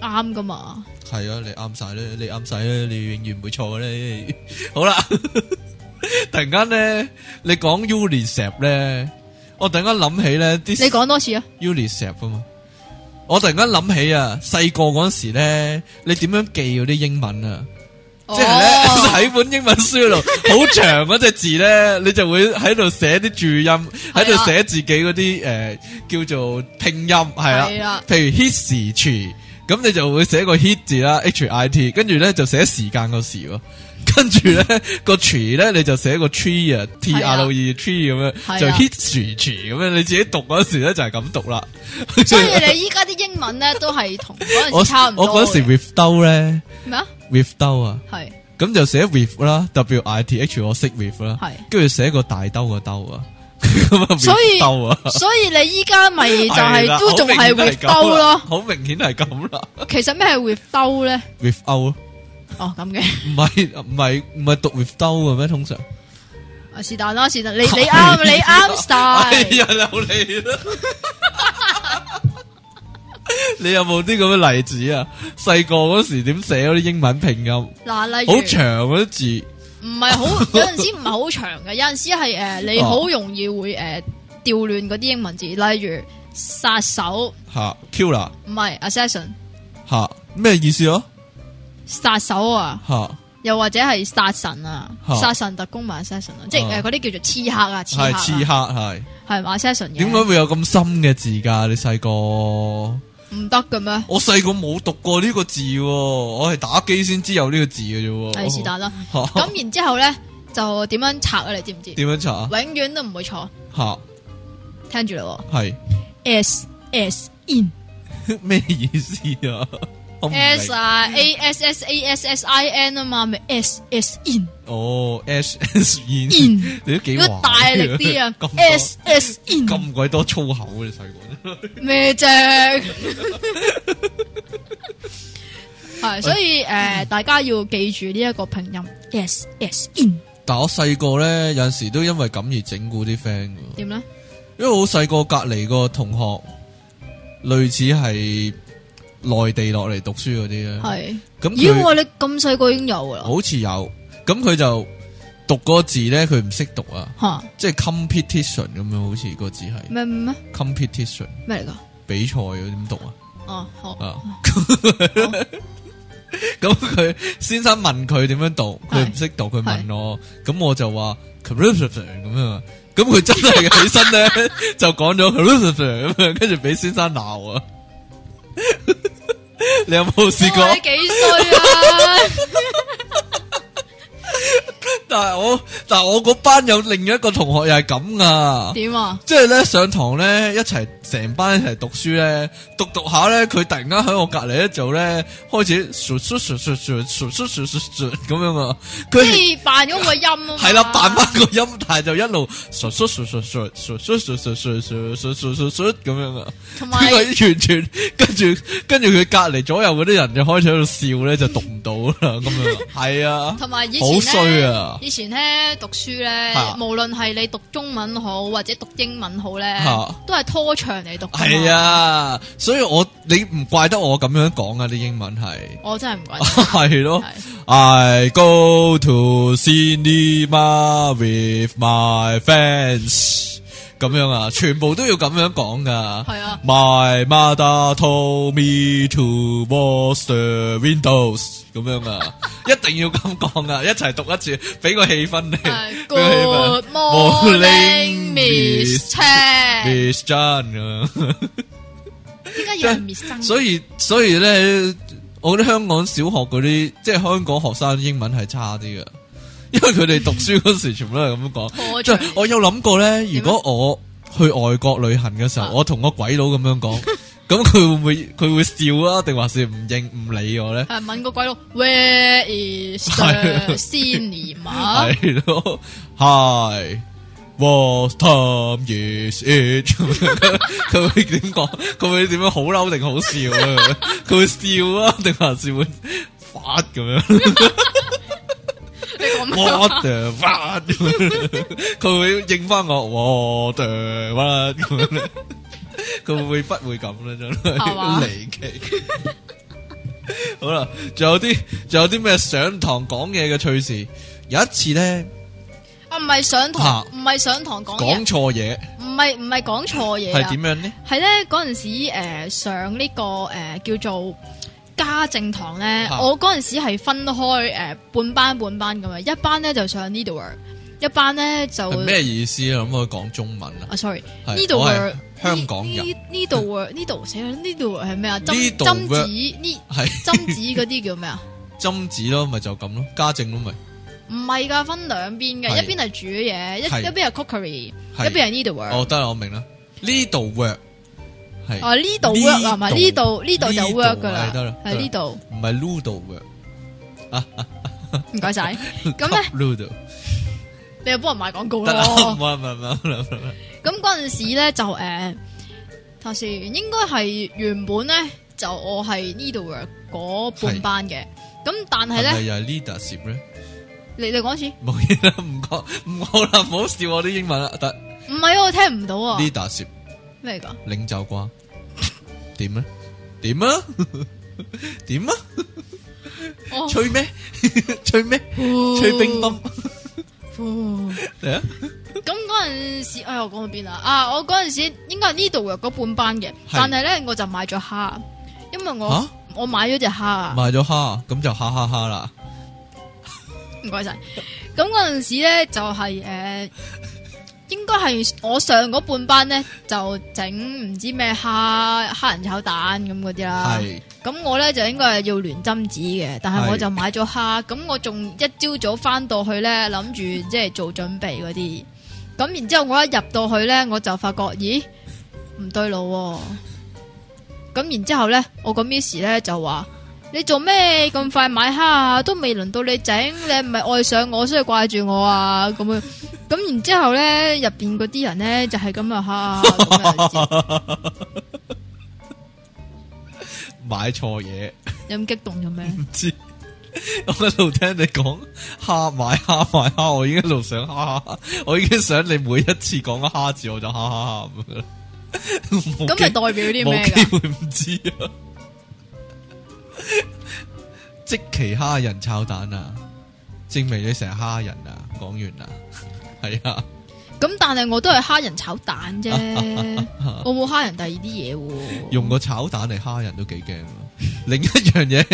S2: 啱噶嘛，
S1: 係啊，你啱晒咧，你啱晒咧，你永遠唔會錯嘅咧。 好啦，突然間咧，你講 UNICEF 咧，我突然間諗起咧
S2: 你
S1: 啲
S2: 講多次啊，
S1: UNICEF 啊嘛，我突然間諗起啊，細個嗰陣時咧，你點樣記嗰啲英文啊？即係
S2: 哦
S1: 咧 喺本英文 書度好長嗰隻字咧，你就會喺度寫啲注音，喺
S2: 啊
S1: 度寫自己嗰啲诶叫做拼音，係啊啦。
S2: 係啦，
S1: 譬如 hit 時遲，咁你就會寫個 hit 字啦，H I T，跟住咧就寫時間個時喎， 跟住咧個遲咧你就寫個 tree 啊，T
S2: 係
S1: R
S2: 啊
S1: E tree 咁
S2: 係
S1: 樣，
S2: 啊
S1: 就 hit 時遲咁樣，你自己讀嗰時咧就係咁讀 啦。
S2: 所以你依家啲英文咧都係同嗰
S1: 我
S2: 陣時差唔
S1: 我
S2: 多嘅。
S1: 嗰時 with 兜咧
S2: 咩啊？
S1: ，with 兜啊，
S2: 係
S1: 咁就寫 with 啦，W I T H 我識 with 啦，
S2: 係。
S1: 跟住寫個大兜個兜啊， 咁啊
S2: 所以
S1: with 兜啊。
S2: 所以你依家咪
S1: 係
S2: 就係
S1: 啦
S2: 都仲係
S1: 好明
S2: with
S1: 顯係咁
S2: 兜
S1: 啦
S2: 咯。
S1: 好明顯係咁啦啊
S2: 其實咩係 with 兜咧？
S1: ，with out
S2: 哦，咁嘅。
S1: 唔係唔係唔係讀 with 兜嘅咩？通常
S2: 啊，是但啦，是但，你你啱，你 啱
S1: 哎
S2: style。
S1: 呀，有你啦！ 你有冇啲咁嘅例子啊？細個嗰時點寫嗰啲英文拼音，好
S2: 嗱，例如
S1: 長嗰啲字，
S2: 唔係 好，有陣時唔係好長嘅，有陣時係诶、呃你
S1: 哦
S2: 好容易會诶调亂嗰啲英文字，例如殺手
S1: 吓 Q 啦，
S2: 唔係 assassin
S1: 吓咩意思啊？
S2: 殺手啊，
S1: 吓
S2: 又或者係殺神啊
S1: 嚇，
S2: 殺神特工咪 assassin 啊，即係
S1: 哦
S2: 诶嗰啲叫做刺客啊，刺客
S1: 係刺
S2: 啊
S1: 客係，
S2: 係嘛 assassin
S1: 點解
S2: 嘅，
S1: 會有咁深嘅字噶？你細個，我
S2: 唔得嘅咩？
S1: 細個冇讀過呢個字喎，我係打機先知有呢個字嘅啫喎。
S2: 係是但啦。
S1: 嚇
S2: 咁然之后咧就點樣拆啊？你知唔知？
S1: 哦點樣查啊？
S2: 永遠都唔會錯，
S1: 吓
S2: 聽住啦
S1: 係
S2: 喎，s s in。
S1: 咩意思啊？我唔明
S2: S 啊，A S S A S S I N 啊嘛，咪 S S in
S1: 哦，S S E，
S2: in，
S1: 你都几
S2: 如果大力 啲啊
S1: 咁多
S2: ，S S in
S1: 咁鬼多粗啊 口嘅你细个，
S2: 咩啫？系，所以诶，大家要记住呢一个拼音。Yes, yes, in
S1: 但我細個咧，有阵时都因為咁而整蠱啲 friend 噶。
S2: 点咧？
S1: 因為我細個隔離個同學，類似係內地落嚟讀書嗰啲咧，
S2: 系，
S1: 咁
S2: 咦？
S1: 佢
S2: 我你咁细个已经有噶啦，
S1: 好似有，咁佢就讀嗰個字咧，佢唔識讀啊，
S2: 吓
S1: 即係 competition 咁樣，好似個字係
S2: 咩咩
S1: competition
S2: 咩嚟噶？
S1: 比賽嗰啲點讀啊？
S2: 哦，好，
S1: 啊， 咁佢先生問佢點樣讀，佢唔識讀，佢問我，咁我就話 corruption 咁樣啊，咁佢真係起身咧 就講咗 corruption 咁樣，跟住俾先生鬧啊！ 你有冇試過
S2: 哇你？几 衰啊！
S1: 但係我但係我嗰班有另一個同學又係咁啊！
S2: 点啊？
S1: 即係咧上堂咧一齊成班一齊讀書咧，讀讀下咧佢突然間喺我隔離咧就咧開始唰唰唰唰唰唰唰唰唰唰咁樣啊！佢
S2: 即系扮咗个音啊嘛！
S1: 係啦，扮翻個音，但係就一路唰唰唰唰唰唰唰唰唰唰唰唰唰唰唰咁樣啊！
S2: 同埋
S1: 佢完全跟住跟住佢隔離左右嗰啲人就開始喺度笑咧，就讀唔到啦咁樣啊。係啊，
S2: 同埋以前
S1: 好
S2: 呢
S1: 衰！啊！
S2: 以前咧讀書咧
S1: 嚇，
S2: 無論係你讀中文好或者讀英文好咧
S1: 嚇，
S2: 都係拖長嚟讀。
S1: 係，啊，所以我你唔怪得我咁樣講啊！啲英文係。
S2: 我真係唔怪得
S1: 系咯
S2: 係
S1: ，I go to cinema with my friends，咁样啊，全部都要咁样讲噶。
S2: 係啊
S1: My mother told me to wash the windows，咁样 啊，一定要咁讲啊，一齐读一次，俾个气氛你。
S2: 係
S1: 俾個氣氛
S2: Good morning, Miss Chan。
S1: Miss John 咁樣
S2: 點解要係 Miss Chan？
S1: 所以所以咧，我覺得香港小學嗰啲，即係香港學生英文係差啲嘅，因為佢哋讀書嗰時全部都係咁講。
S2: 拖
S1: 即
S2: 長
S1: 係我有諗過咧，如果我去外國旅行嘅時
S2: 啊
S1: 候，我同個鬼佬咁樣講，咁佢會唔會佢會笑啊？定還是唔應唔理我咧？
S2: 係問個鬼佬 Where is the
S1: 係
S2: cinema？
S1: 係咯，Hi。What time is it？咁樣佢會點講？佢會點樣好嬲定好笑啊？佢會笑啊，定還是會發咁樣？
S2: 你講咩啊？
S1: 我的 乜咁樣佢會應翻我我的乜咁樣 咧？佢會唔會不會咁咧？真係
S2: 係嘛
S1: 離奇。好啦，仲有啲仲有啲咩上堂講嘢嘅趣事？有一次咧
S2: 啊，唔係上堂，
S1: 嚇
S2: 唔係上堂講嘢
S1: 講，錯嘢，
S2: 唔係唔係講錯嘢
S1: 係
S2: 啊
S1: 點。樣咧？
S2: 系咧嗰阵时诶、呃上呢、個个诶、呃叫做家政堂咧，
S1: 啊
S2: 我嗰阵时系分開诶、呃半班半班咁樣，一班咧就上 Needlework，一班咧就
S1: 係咩意思啊？可唔可以講中文啊
S2: 啊？sorry，
S1: 係
S2: Needlework
S1: 我係香港人，
S2: 呢度 work 呢度死啦呢度係咩啊？針
S1: Needlework
S2: 針紙呢
S1: 係
S2: 針紙嗰啲叫咩啊？
S1: 針子咯，咪就咁咯，家政咯咪
S2: 唔係㗎，分兩邊嘅，
S1: 係
S2: 一邊係煮嘢，一
S1: 係
S2: 一边系 cookery，一
S1: 係。
S2: 邊係 Needlework。
S1: 哦，得啦，我明啦，呢度 work 係。
S2: 啊呢度 work 啊，唔係呢
S1: 呢
S2: 度
S1: 度
S2: 呢度就
S1: 呢度
S2: work 㗎啦
S1: 係得啦，
S2: 係呢度，
S1: 唔係 Ludo 嘅，
S2: 唔該晒。咁咧，
S1: ，Ludo
S2: 你又幫人賣廣告
S1: 得啦，唔
S2: 咯。
S1: 係唔係唔係唔係，
S2: 咁嗰陣時咧就誒，呃頭、先應該係原本咧就我係 Needlework 嗰半班嘅，咁但係
S1: 係咪
S2: 咧
S1: 又係 leadership 咧？
S2: 你你講一次，
S1: 冇嘢啦，唔講唔好啦，唔好笑我啲英文啦，得
S2: 唔係啊我聽唔到啊，
S1: leadership
S2: 咩嚟㗎？
S1: 領袖啩？點咧？點啊？ 點啊？
S2: 哦，
S1: 吹咩？ 吹咩？吹 乒乓
S2: 呼
S1: 嚟啊！
S2: 咁嗰陣時，哎呀，我講到邊啊？啊，我嗰陣時應該係 Needlework 嗰半班嘅，但係咧我就買咗蝦，因為我、
S1: 嚇
S2: 我買咗隻蝦啊。
S1: 賣咗蝦，咁就哈哈哈啦。
S2: 唔該晒。咁嗰阵时咧就係呃應該係我上嗰半班咧就整唔知咩蝦蝦仁炒蛋咁嗰啲 啦。
S1: 係
S2: 咁我咧就應該係要聯針紙嘅，但係
S1: 係
S2: 我就買咗蝦。咁我仲一朝早翻到去咧，諗住即係做準備嗰啲。咁然之后我一入到去咧，我就發覺咦唔對路、喎。咁然之后咧，我個 miss 咧就話：你做咩咁快買蝦啊？都未輪到你整，你係唔係愛上我，所以掛住我啊咁樣。咁然之后咧，入边嗰啲人咧就係咁啊蝦咁樣，
S1: 買錯嘢，
S2: 有咁激動做咩？
S1: 唔知。 我喺度聽你講蝦買蝦買蝦，我已經一路想蝦蝦，我已經想你每一次講個蝦字我就蝦蝦蝦咁樣。
S2: 咁
S1: 咁
S2: 係代表啲咩
S1: 冇機
S2: 㗎？
S1: 會唔知啊！即其蝦人炒蛋啊，證明你成日蝦人啊！講完啦，係啊，
S2: 咁但係我都係蝦人炒蛋 啫，我冇蝦人第二啲嘢喎。
S1: 用個炒蛋嚟蝦人都幾驚啊！ 另一樣嘢，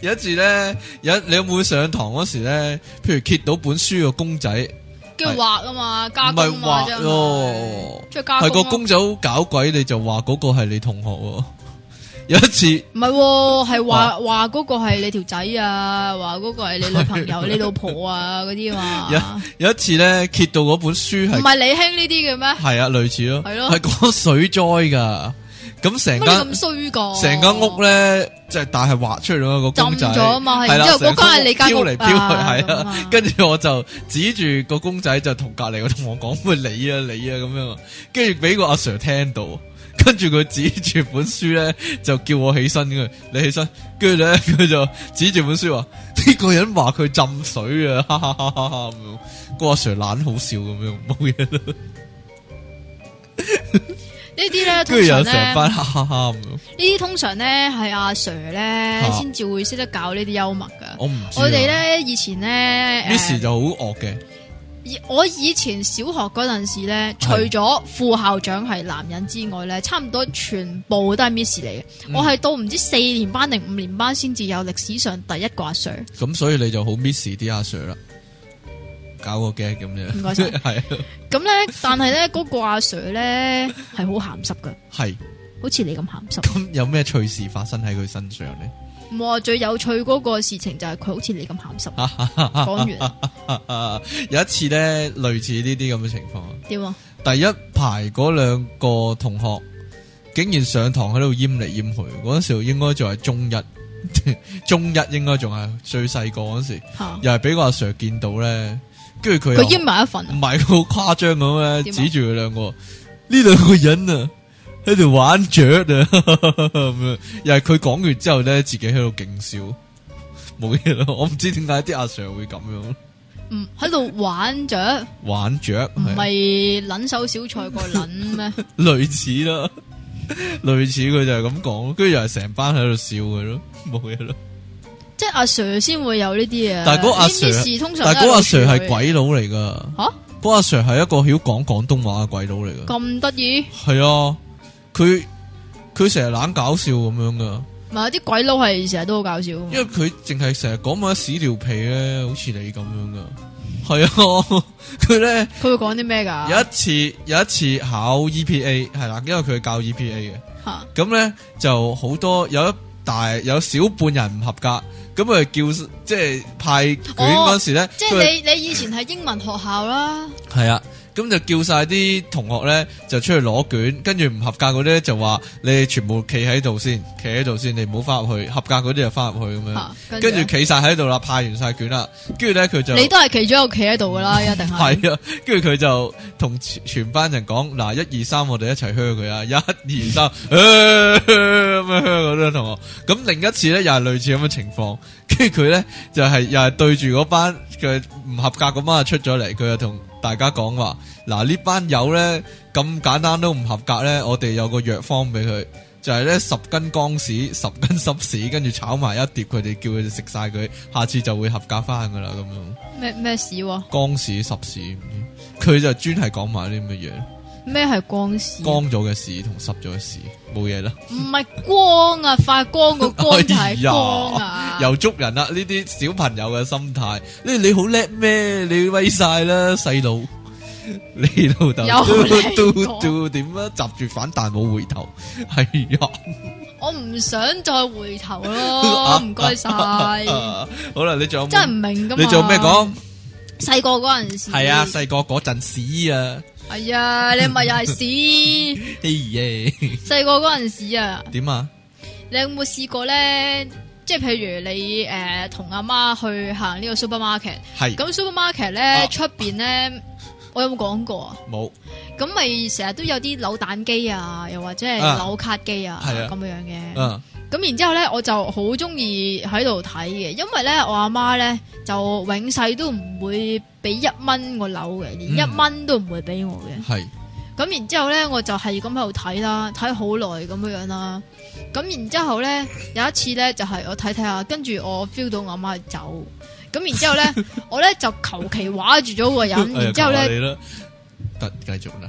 S1: 有一次咧，有一你有冇上堂嗰時咧，譬如揭到本書個公仔，
S2: 叫畫啊嘛，加
S1: 唔
S2: 工
S1: 係
S2: 啊嘛，
S1: 畫
S2: 真
S1: 咯
S2: 係，即係
S1: 係
S2: 加
S1: 個
S2: 工啊
S1: 公
S2: 咯。
S1: 仔好搞鬼，你就話嗰個係你同學喎。 有一次。
S2: 唔係喎，係
S1: 啊
S2: 話話嗰個係你條仔啊，話嗰個係你女 朋友、你老婆啊嗰啲嘛，
S1: 有一次咧，揭到嗰本書
S2: 唔
S1: 係
S2: 係你興呢啲嘅咩？
S1: 係啊，類似咯，
S2: 係咯
S1: 係講水災噶。咁成
S2: 乜你咁
S1: 間
S2: 衰噶？
S1: 成間屋咧，就係但係畫出嚟咯個公
S2: 哦浸
S1: 仔，
S2: 咗啊嘛，
S1: 係
S2: 然
S1: 啦
S2: 之後嗰
S1: 成
S2: 間
S1: 間
S2: 係你間
S1: 屋
S2: 屋
S1: 飄嚟飄去，係
S2: 啊
S1: 啊。，跟住我就指住個公仔就同隔離個同學講：喂，你啊，你啊咁樣啊。跟住俾個阿 Sir 聽到，跟住佢指住本書咧就叫我起身嘅，你起身。跟住咧 佢就指住本書話：呢個人話佢浸水啊，哈哈哈哈哈咁樣。個阿 Sir 懶好笑咁樣，冇嘢啦。
S2: 呢啲咧
S1: 跟
S2: 通
S1: 住有
S2: 常
S1: 成
S2: 咧，呢
S1: 班哈哈哈咁樣，
S2: 啲通常咧係阿 Sir 咧
S1: 啊
S2: 先至會識得搞呢啲幽默噶。
S1: 我唔知啊。
S2: 我哋咧以前咧，
S1: 呢時
S2: 誒
S1: 就好惡嘅，
S2: 以我以前小學嗰陣時咧，除咗副校長係男人之外咧，差唔多全部都係 Miss 嚟嘅。
S1: 嗯
S2: 我係到唔知四年班定五年班先至有歷史上第一個阿 Sir。
S1: 咁所以你就好 miss 啲阿 Sir 啦，搞個 g 咁樣，
S2: 唔該晒
S1: 係啊
S2: 咁咧， 但係咧嗰個阿 Sir 咧係好鹹濕噶，
S1: 係
S2: 好似你咁鹹濕。
S1: 咁有咩趣事發生喺佢身上 呢？
S2: 我話最有趣嗰個事情就係佢好似你咁鹹濕。 講完
S1: 有一次呢，類似呢啲咁嘅情況，
S2: 點啊？
S1: 第一排嗰兩個同學竟然上堂喺度閹嚟閹去，嗰陣時應該仲係中一， 中一應該仲係最細個嗰陣時，
S2: 嚇
S1: 又係俾個阿 Sir 見到呢。跟住佢
S2: 佢
S1: 又。
S2: 閹埋一份啊
S1: 唔係好誇張咁咧，
S2: 點啊
S1: 指住佢兩個，呢兩個人啊喺度玩雀啊， 咁樣又係佢講完之後咧，自己喺度勁笑，冇嘢咯。 我唔知點解啲阿 Sir 會咁樣
S2: 唔嗯喺度玩着，
S1: 玩雀，
S2: 唔
S1: 係啊
S2: 係撚手小菜個撚咩？
S1: 類似啦， 類似佢就係咁講，跟住又係成班喺度笑佢咯，冇嘢咯。
S2: 即係阿 Sir 先會有呢啲嘢。啊
S1: 但係嗰個阿 Sir-
S2: 呢啲事通常
S1: 但係嗰個阿 Sir 係
S2: 係
S1: 鬼佬嚟噶，
S2: 吓
S1: 嗰個阿 Sir 係一個曉講廣東話嘅鬼佬嚟噶，
S2: 咁得意，
S1: 係啊，佢佢成日懶搞笑咁樣噶。
S2: 唔係啲鬼佬係成日都好搞笑㗎嘛。
S1: 因為佢淨係成日講埋啲屎尿屁咧，好似你咁樣噶。 係啊，佢咧
S2: 佢會講啲咩㗎？
S1: 有一次有一次考 E EPA 係啦，因為佢係教 EPA 嘅，
S2: 嚇
S1: 咁咧就好多有一大有小半人唔合格，咁佢叫即係派卷嗰時咧，
S2: 哦即
S1: 佢
S2: 係你你以前係英文學校啦，
S1: 係啊，咁就叫晒啲同學咧就出去攞卷，跟住唔合格嗰啲咧就話你哋全部企喺度先，企喺度先，你唔好翻入去，合格嗰啲就翻入去咁樣。
S2: 嚇
S1: 啊跟住
S2: 呢
S1: 企晒喺度啦，派完晒卷啦，跟住咧佢就
S2: 你都係其中一個企喺度㗎啦，一定係。
S1: 係啊，跟住佢就同全全班人講嗱，一二三，我哋一齊噓佢啊，一二 三，噓咁樣噓嗰啲同學。咁另一次咧又係類似咁嘅情況，跟住佢咧就係、又係對住嗰班嘅唔合格嗰班就出咗嚟，佢就同大家講話嗱，呢班友咧咁簡單都唔合格咧，我哋有個藥方俾佢。就係咧十斤光屎、十斤濕屎，跟住炒埋一碟，佢哋叫佢哋食晒佢，下次就會合格翻噶啦咁樣。
S2: 咩咩屎喎？
S1: 光屎濕屎，佢就專係講埋啲咁嘅嘢，
S2: 咩係光屎？
S1: 光咗嘅屎同濕咗嘅屎，冇嘢啦。
S2: 唔係光啊，發 光個光就
S1: 哎
S2: 係
S1: 呀
S2: 光啊。
S1: 又捉人啦，呢啲小朋友嘅心態，你你好叻咩？你威晒啦，細佬， 你老豆
S2: 有你
S1: 嘟
S2: 講
S1: 嘟嘟點啊？閘住反彈冇回頭， 係呀。
S2: 我唔想再回頭
S1: 啊
S2: 咯，哦唔該晒，
S1: 好啦，你仲有冇
S2: 真係唔啊明噶
S1: 啊
S2: 嘛。
S1: 你仲有咩講？
S2: 細個嗰陣時
S1: 係啊，細個嗰陣屎啊，
S2: 係啊，你咪又 係屎。
S1: 嘿耶，
S2: 細個嗰陣時啊，
S1: 點啊？
S2: 你有冇試過咧？即係譬如你誒同阿媽去行呢個 supermarket，
S1: 係
S2: 咁 supermarket
S1: 啊
S2: 咧出邊咧，我有冇講過啊？
S1: 冇
S2: 咁咪成日都有啲扭蛋機啊，又或者係
S1: 啊
S2: 扭卡機啊
S1: 係啊
S2: 咁樣嘅。
S1: 嗯
S2: 咁然之後咧，我就好中意喺度睇嘅，因為咧我阿媽咧就永世都唔會俾一蚊我扭嘅，
S1: 嗯
S2: 連一蚊都唔會俾我嘅。
S1: 系
S2: 咁然之後咧，我就係咁喺度睇啦，睇好耐咁樣樣啦。咁然之後咧，有一次咧就係我睇睇下，跟住我 feel 到我阿媽走。咁然之後咧， 我咧就求其畫住咗
S1: Ờ,
S2: 個
S1: 哎
S2: 人，然之後咧，
S1: 咧，得繼續啦，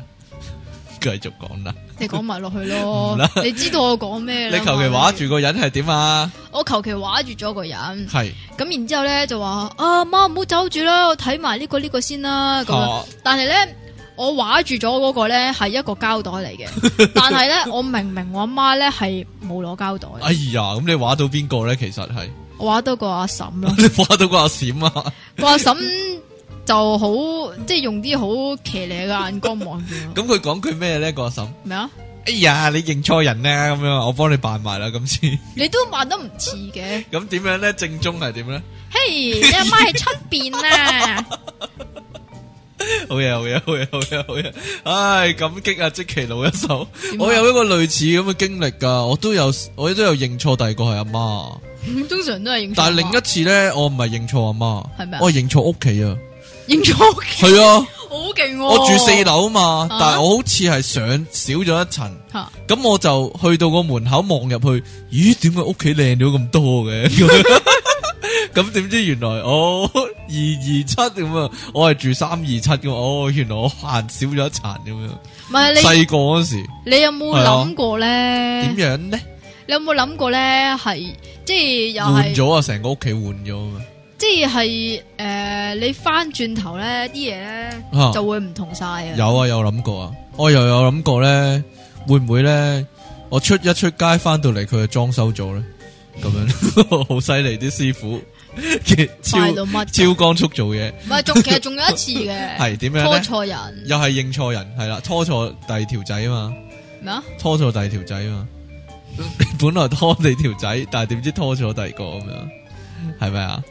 S1: 繼續講啦。
S2: 你講埋落去
S1: 唔
S2: 咯
S1: 啦。
S2: 你知道我講咩
S1: 你
S2: 啦
S1: 求其
S2: 嘛
S1: 畫住個人係點啊？
S2: 我求其畫住咗個人。
S1: 係
S2: 咁然之后咧就話啊媽唔好走住啦，我睇埋呢個呢個先啦咁樣。
S1: 啊
S2: 但係咧，我畫住咗嗰個咧係一個膠袋 嚟嘅，但係咧我明明我阿媽咧係冇攞膠袋，
S1: 哎呀，咁你畫到邊個咧？其實係
S2: 我畫到個阿嬸 咯，
S1: 你畫到個阿閃啊！
S2: 個阿嬸就好即係用啲好騎呢嘅眼光望住我，
S1: 咁佢講佢咩咧？個阿嬸，
S2: 咩啊？
S1: 哎呀，你認錯人啦！咁樣，我幫你扮埋啦。今次
S2: 你都畫得唔似嘅，
S1: 咁點樣咧？正宗係 點咧？
S2: 嘿，你阿媽喺出 邊啊？
S1: 好嘢，好嘢，好嘢，好嘢，好嘢！唉，感激啊，即其老一手。
S2: 點啊
S1: 我有一個類似咁嘅經歷噶，我都有，我都有認錯第二個係阿媽，
S2: 通常都係認錯阿媽，
S1: 但係另一次咧，我唔係認錯阿媽，
S2: 係咪啊
S1: 我係認錯屋企啊。
S2: 認錯屋企，
S1: 係啊，
S2: 好勁喎！
S1: 我住四樓嘛，
S2: 哦啊
S1: 但係我好似係上少咗一層，
S2: 嚇
S1: 咁我就去到個門口望入去，咦？點解屋企靚咗咁多嘅？ 咁樣咁點知原來我二二七咁啊，我係住三二七嘅，哦，原來我行少咗一層咁樣。
S2: 唔係你。嗯
S1: 細個嗰時
S2: 你有冇諗過咧？
S1: 點樣咧？
S2: 你有冇諗過咧？係即係又
S1: 換
S2: 係，
S1: 咗啊，成個屋企換咗啊嘛。
S2: 即係誒、呃你翻轉頭咧，啲嘢咧
S1: 啊
S2: 就會唔同晒啊！
S1: 有啊，有諗過啊，我又有諗過咧，會唔會咧？我出一出街翻到嚟，佢就裝修咗咧，咁 樣好犀利啲師傅，超
S2: 快到乜
S1: 超光速做嘢，
S2: 唔係，仲其實仲有一次嘅，
S1: 係點樣
S2: 拖
S1: 咧？
S2: 錯人
S1: 又係認錯人，係啦，拖錯第二條仔啊嘛，
S2: 咩啊？
S1: 拖錯第二條仔啊嘛， 本來拖你條仔，但係點知拖錯第二個咁樣，係咪啊？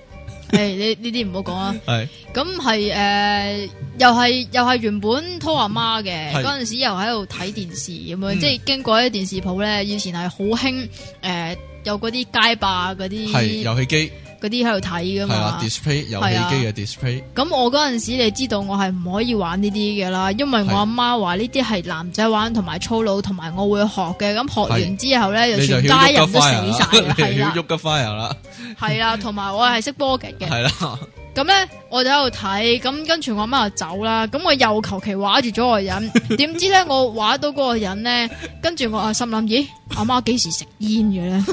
S2: 誒、你哎呢啲唔好講啊！
S1: 係
S2: 咁係誒，又係又係原本拖阿媽嘅
S1: 係
S2: 嗰陣時，又喺度睇電視咁樣，
S1: 嗯
S2: 即係經過啲電視鋪咧，以前係好興誒有嗰啲街霸
S1: 係
S2: 嗰啲
S1: 遊戲機
S2: 嗰啲喺度睇噶
S1: 係
S2: 嘛
S1: 啦。display 遊
S2: 係啊
S1: 戲機嘅 display
S2: 咁我嗰陣時，你知道我係唔可以玩呢啲嘅啦，因為我
S1: 係
S2: 阿媽話呢啲係男仔玩同埋粗魯，同埋我會學嘅。咁學完之後咧，
S1: 你
S2: 就
S1: 就
S2: 全
S1: 曉
S2: 家
S1: 喐個
S2: 人都死
S1: fire
S2: 晒啦，係
S1: 啦，啊
S2: 啦
S1: 你曉，喐個 fire 啦。
S2: 係啦，同埋我係識波擊嘅。
S1: 系啦，
S2: 咁咧，我就喺度睇，咁跟住我阿媽就走啦。咁我又求其畫住咗個人， 點知咧我畫到嗰個人咧，跟住我啊心諗，咦，阿媽幾時食煙 嘅咧？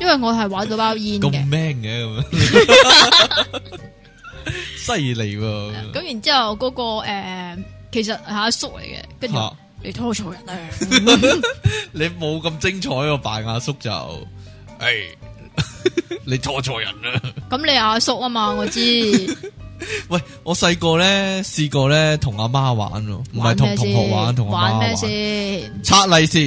S2: 因為我係畫到包煙
S1: 咁
S2: 嘅。
S1: man 嘅咁樣， 犀利喎！
S2: 咁然之後嗰、個、呃、其實係阿叔嚟嘅，跟住
S1: 嚇
S2: 你拖錯人啦。
S1: 你冇咁精彩喎，扮阿叔就，诶， 你拖錯人啦！
S2: 咁你阿叔啊嘛，我知
S1: 喂，我細個咧試過咧同阿媽玩喎，唔係
S2: 玩
S1: 同
S2: 咩
S1: 同
S2: 先？
S1: 學玩，同阿媽
S2: 玩咩
S1: 玩。
S2: 先？
S1: 拆利是，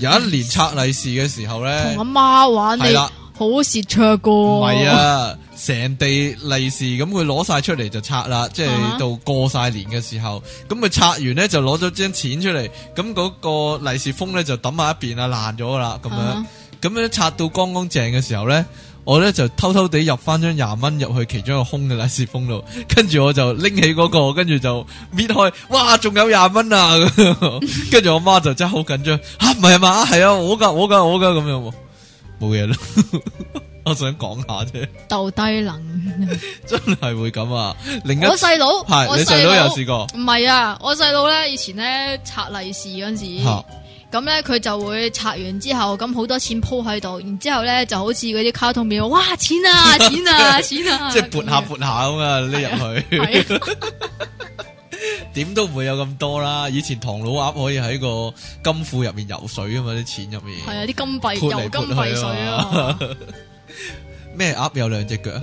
S1: 有一年拆利是嘅時候咧
S2: 同阿，媽玩
S1: 係
S2: 你
S1: 啦
S2: 好蝕灼噶。
S1: 唔
S2: 唔
S1: 係，
S2: 哦
S1: 啊，成地利是咁佢攞晒出嚟就拆啦，即
S2: 啊哈
S1: 係到過晒年嘅時候，咁佢拆完咧就攞咗張錢出嚟，咁嗰個利是封咧就抌埋一邊啊，爛咗啦咁樣
S2: 啊，
S1: 咁樣拆到乾乾淨嘅時候咧，我咧就偷偷地入翻張廿蚊入去其中一個空嘅利是封度， 跟住我就拎起嗰、個，跟住就搣開，哇，仲有廿蚊啊！ 咁樣跟住我媽就真係好緊張，吓唔係嘛？係啊，我噶，我噶，我噶咁樣喎，冇嘢啦。 我想講下啫。
S2: 鬥低能。
S1: 真係會咁啊！另一
S2: 我細佬，
S1: 係
S2: 我
S1: 你
S2: 細
S1: 細佬有試過
S2: 唔係啊，我細佬咧以前咧拆利是嗰陣時。
S1: 吓
S2: 咁咧，佢就會拆完之後，咁好多錢鋪喺度，然之後咧就好似嗰啲卡通片，哇錢 啊錢啊錢啊，
S1: 即係撥下
S2: 咁樣
S1: 撥下咁啊，匿入去，
S2: 係啊
S1: 點都唔會有咁多啦。以前唐老鴨可以喺個金庫入面游水啊嘛，啲錢入面
S2: 係啊，啲金幣
S1: 潑嚟
S2: 油金
S1: 潑
S2: 幣
S1: 去
S2: 水
S1: 啊
S2: 啊
S1: 嘛，。 咩鴨有兩隻腳？啊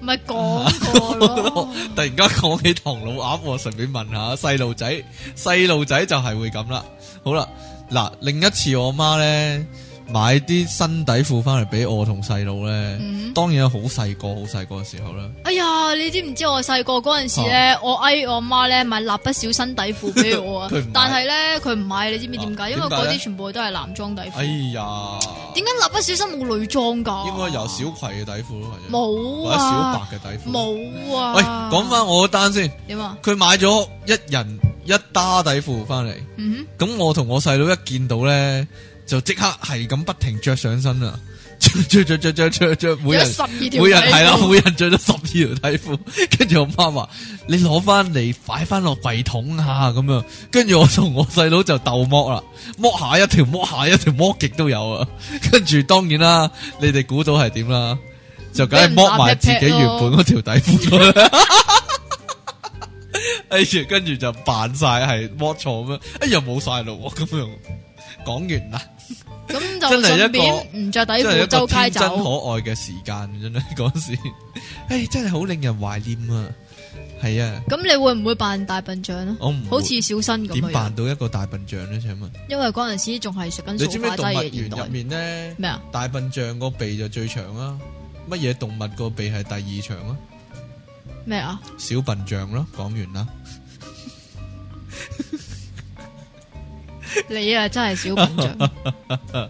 S2: 唔係講過咯。
S1: 突然間講起唐老鴨，我順便問下細路仔，細路仔就係會咁啦。好啦，嗱，另一次我媽咧買啲新底褲翻嚟俾我同細佬咧，
S2: 嗯
S1: 當然係好細個好細個嘅時候啦。
S2: 哎呀，你知唔知我細個嗰陣時咧，我嗌我媽咧買蠟筆小新底褲俾我 啊
S1: 佢唔買，
S2: 但係咧佢唔買，你知唔知點
S1: 啊
S2: 解？因為
S1: 點解
S2: 嗰
S1: 咧
S2: 啲全部都係男裝底褲。
S1: 哎呀，
S2: 點解蠟筆小新冇女裝噶？
S1: 應該有小葵嘅底褲咯，或者
S2: 冇
S1: 或者小
S2: 啊？
S1: 白嘅底褲。
S2: 冇啊？
S1: 喂，講翻我嗰單先，
S2: 點啊？
S1: 佢買咗一人一打底褲翻嚟，
S2: 嗯
S1: 咁我同我細佬一見到咧，就即刻係咁不停着上身啦，着着着着着着，
S2: 哼，
S1: 每
S2: 有
S1: 人
S2: 十二條
S1: 每人
S2: 底褲
S1: 係啦，每人着咗十二條底褲， 跟住我媽話：你攞翻嚟擺翻落櫃桶啊咁樣。跟住我同我細佬就鬥剝啦，剝下一條，剝下一條，剝極都有啊。 跟住當然啦，你哋估到係點啦，就梗係剝埋自己原本嗰條底褲咗 啦。跟住跟住就扮晒係剝錯咁樣，哎呀冇晒咯喎咁樣。講完啦，
S2: 咁
S1: 真
S2: 就
S1: 係一個
S2: 順便唔着底
S1: 真係一
S2: 褲
S1: 個
S2: 周街
S1: 天真可
S2: 走。
S1: 愛嘅時間，真係 嗰時，唉，真係好令人懷念啊！係啊，
S2: 咁你會唔會扮大笨象啊？
S1: 我唔會
S2: 好似小新咁
S1: 哦點
S2: 樣
S1: 扮
S2: 樣，
S1: 到一個大笨象咧？請問
S2: 因為嗰陣時仲係食緊
S1: 你
S2: 塑
S1: 知唔知
S2: 化
S1: 動
S2: 劑
S1: 物
S2: 嘅年
S1: 園入
S2: 代。
S1: 面咧，
S2: 咩啊？
S1: 大笨象個鼻就最長啊？乜嘢動物個鼻係第二長啊？
S2: 咩啊？
S1: 小笨象咯，講完啦。
S2: 你啊，真係小笨 象。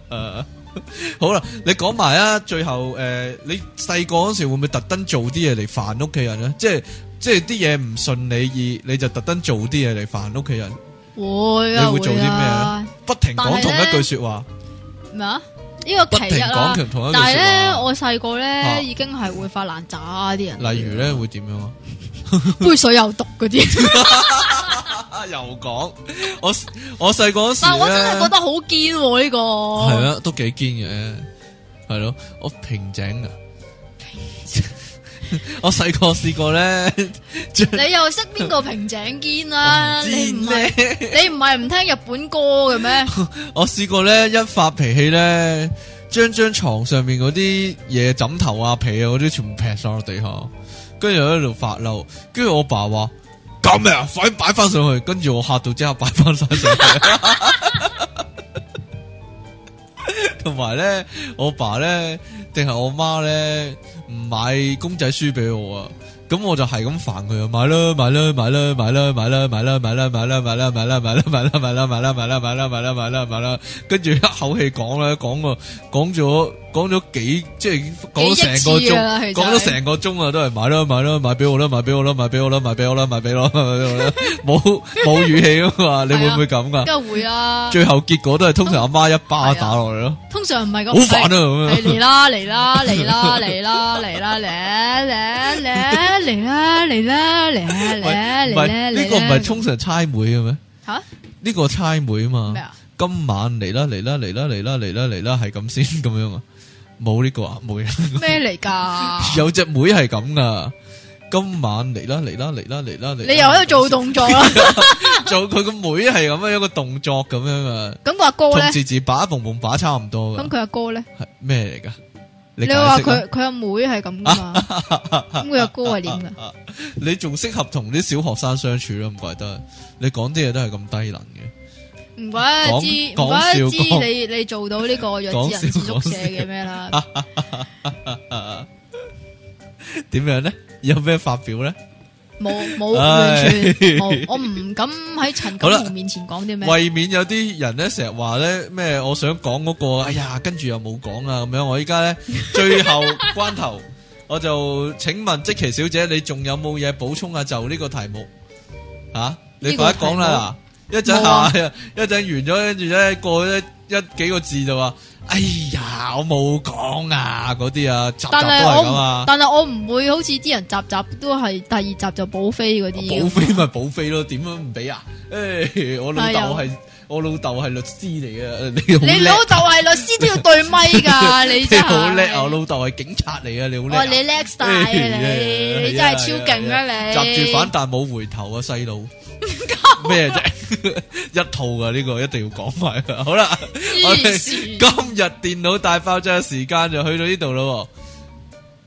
S1: 好啦，你講埋啊，最後诶、呃你細個嗰時會唔會特登做啲嘢嚟煩屋企人咧？即係即系啲嘢唔順你意，你就特登做啲嘢嚟煩屋企人，
S2: 會啊，
S1: 你會做啲咩
S2: 啊
S1: 啊？不停講
S2: 但係
S1: 同
S2: 呢
S1: 一句说話。
S2: 咩啊？呢個
S1: 不
S2: 其
S1: 停
S2: 一啦
S1: 講。同同一句
S2: 但係咧，
S1: 説話
S2: 我細個
S1: 啊
S2: 咧已經係會發爛渣啲人嚟嘅。
S1: 例如咧會點樣啊？
S2: 杯水有毒嗰啲，
S1: 又講我我細個嗰時
S2: 但係我真係覺
S1: 得
S2: 得好堅喎呢個。
S1: 係
S2: 係啊，
S1: 啊，都幾堅嘅，係咯，我平井噶。 我細個試過咧，最
S2: 你又識邊個平井堅
S1: 我唔
S2: 啦？啊你唔
S1: 知
S2: 係
S1: 咧，
S2: 你唔係唔聽日本歌嘅咩？
S1: 我試過咧一發脾氣咧，將張床上面嗰啲嘢枕頭啊被啊嗰啲全部劈晒落地下，跟住喺度發嬲，跟住我爸話：搞咩啊？快擺翻上去！跟住我嚇到即刻擺翻晒上去。同埋咧，我爸咧定係我媽咧唔買公仔書俾我啊，咁我就係咁煩佢啊，買啦買啦買啦買啦買啦買啦買啦買啦買啦買啦買啦買啦買啦買啦買啦買啦買啦買啦買啦，跟住一口氣講啦，講個講咗講咗幾即係講咗成個
S2: 幾億次㗎
S1: 鐘，
S2: 啦其實
S1: 講咗成個鐘啊，都係買啦買啦買俾我啦買俾我啦買俾我啦買俾我啦買俾我啦買俾我啦，冇冇語氣啊嘛，你會唔會咁噶？
S2: 梗係會啊。
S1: 最後結果都係通常阿媽一巴打落嚟咯。
S2: 通常唔係咁。
S1: 好煩啊咁樣
S2: 係嚟啦嚟啦嚟啦嚟啦嚟啦嚟嚟嚟嚟啦嚟啦嚟啦嚟啦
S1: 喂唔
S2: 嚟啦
S1: 係
S2: 嚟
S1: 呢個唔係通常差妹嘅咩？
S2: 吓
S1: 呢個差妹啊
S2: 咩
S1: 嘛，
S2: 啊？
S1: 今晚嚟啦嚟啦嚟啦嚟啦嚟啦嚟啦，係咁先咁樣啊？冇呢個啊，妹啊，
S2: 咩嚟噶？
S1: 有隻妹係咁噶。今晚嚟啦嚟啦嚟啦嚟啦嚟啦！
S2: 你又喺度做動作啦？
S1: 做佢個妹係咁樣一個動作咁樣啊，
S2: 咁個阿哥
S1: 同
S2: 咧？
S1: 字字把蹦蹦把差唔多
S2: 咁
S1: 噶，
S2: 佢阿哥咧？
S1: 係咩嚟噶？
S2: 你
S1: 解
S2: 話
S1: 釋啊
S2: 佢佢阿妹係咁噶嘛？咁佢阿哥係點啊噶？
S1: 啊你仲適合同啲小學生相處咯，唔怪得你講啲嘢都係咁低能嘅。
S2: 唔怪得知，
S1: 講
S2: 唔怪得知
S1: 講笑講
S2: 你你做到呢個弱智人士宿舍嘅咩啦？
S1: 啊點樣咧？有咩發表咧？
S2: 冇冇完
S1: 唉
S2: 全冇，我唔敢喺陳
S1: 好
S2: 錦
S1: 啦
S2: 鴻面前講啲咩。
S1: 為免有啲人咧成日話咧咩，我想講嗰、個，哎呀，跟住又冇講啊咁樣。我依家 咧最後關頭，我就請問即奇小姐，你仲有冇嘢補充啊？就呢個題目吓、啊你
S2: 呢個
S1: 快啲講啦！嗱一陣
S2: 冇啊
S1: 下， 一陣完咗，跟住咧過一一幾個字就話，哎呀，我冇講啊，嗰啲啊，集集都
S2: 但
S1: 係
S2: 係我
S1: 咁
S2: 唔
S1: 啊，
S2: 但係我唔會好似啲人集集都係第二集就補飛嗰啲
S1: 保
S2: 嘅。
S1: 飛咪保飛咯，點樣唔俾啊？誒，我老豆
S2: 係
S1: 係我老豆係律師嚟嘅，你好
S2: 啊你
S1: 叻啊
S2: 老豆係律師都要對咪㗎，你
S1: 你
S2: 真係
S1: 好叻啊！我老豆係警察嚟啊，你好叻
S2: 哇！
S1: 啊！
S2: 你叻晒啊
S1: 哎呀
S2: 你，你真係超勁
S1: 哎
S2: 啊你！
S1: 集住反彈冇回頭啊，細佬咩啫？ 一套噶呢個一定要講埋啊！ 好啦，我哋
S2: 黐
S1: 今
S2: 線
S1: 日電腦大爆炸嘅時間就去到呢度咯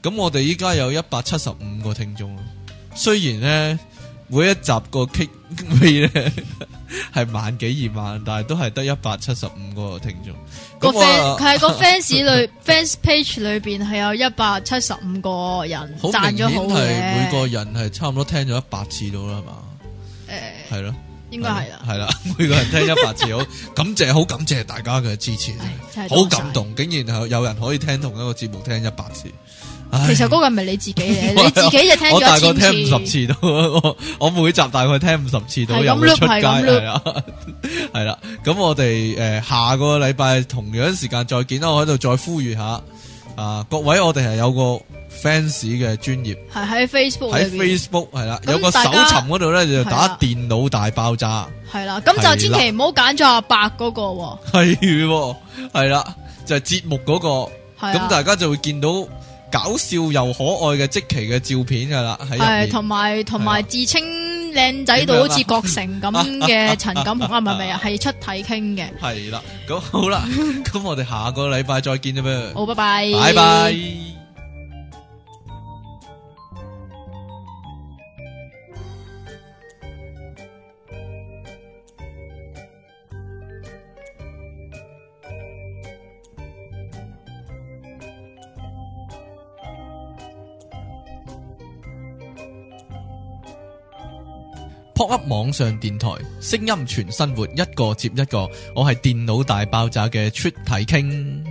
S1: 喎。咁我哋依家有一百七十 五個聽眾啊，雖然咧每一集個 kick 尾咧系万几二万，但系都系得一百七十五个听众。
S2: 个
S1: 咁
S2: fans
S1: 啊
S2: 佢系个 fans 里 fans page 里边系有一百七十五个人
S1: 好
S2: 赞
S1: 明
S2: 咗
S1: 顯
S2: 好
S1: 係每個
S2: 嘅，
S1: 人係差唔多聽咗一百次到啦，係嘛？
S2: 诶
S1: 係咯，
S2: 应该系啦，
S1: 係啦， 每個人聽一百次，好感謝，好感謝大家嘅支持，
S2: 唉真係
S1: 好
S2: 多謝
S1: 感動，竟然有有人可以聽同一個節目聽一百次。唉
S2: 其实嗰个唔系你自己 嘅，
S1: 我啊
S2: 你自己就听
S1: 我大概
S2: 咗
S1: 聽
S2: 一
S1: 五
S2: 千
S1: 十
S2: 次，
S1: 次到， 我我每集大概聽五十次到，
S2: 係咁
S1: 又會
S2: loop，
S1: 出街
S2: 係咁
S1: 係啊， 係啦。咁我哋诶下個禮拜同樣時間再見啦，我喺度再呼籲下啊各位，我哋係有個 fans 嘅專業。
S2: 系喺 Facebook
S1: 喺
S2: 里边，
S1: Facebook 系啦，
S2: 咁
S1: 有個搜
S2: 大家
S1: 尋嗰度咧就
S2: 係
S1: 打
S2: 啦
S1: 電腦大爆炸，
S2: 系啦，咁就千祈唔好拣咗阿伯嗰个喎，
S1: 係喎，係啦，就係節目嗰個，
S2: 系
S1: 咁
S2: 啊，
S1: 大家就會見到搞笑又可愛嘅即期嘅照片噶啦，喺入
S2: 系
S1: 面啊
S2: 同埋同埋自稱靚仔到好似郭成咁嘅陳 錦鴻啊，唔係唔係啊，係出體傾嘅。
S1: 係啦，咁好啦，咁我哋下個禮拜再見啫咩，
S2: 好，拜拜，
S1: 拜拜。扑噏網上電台，聲音全生活，一個接一個。我係電腦大爆炸嘅出體傾。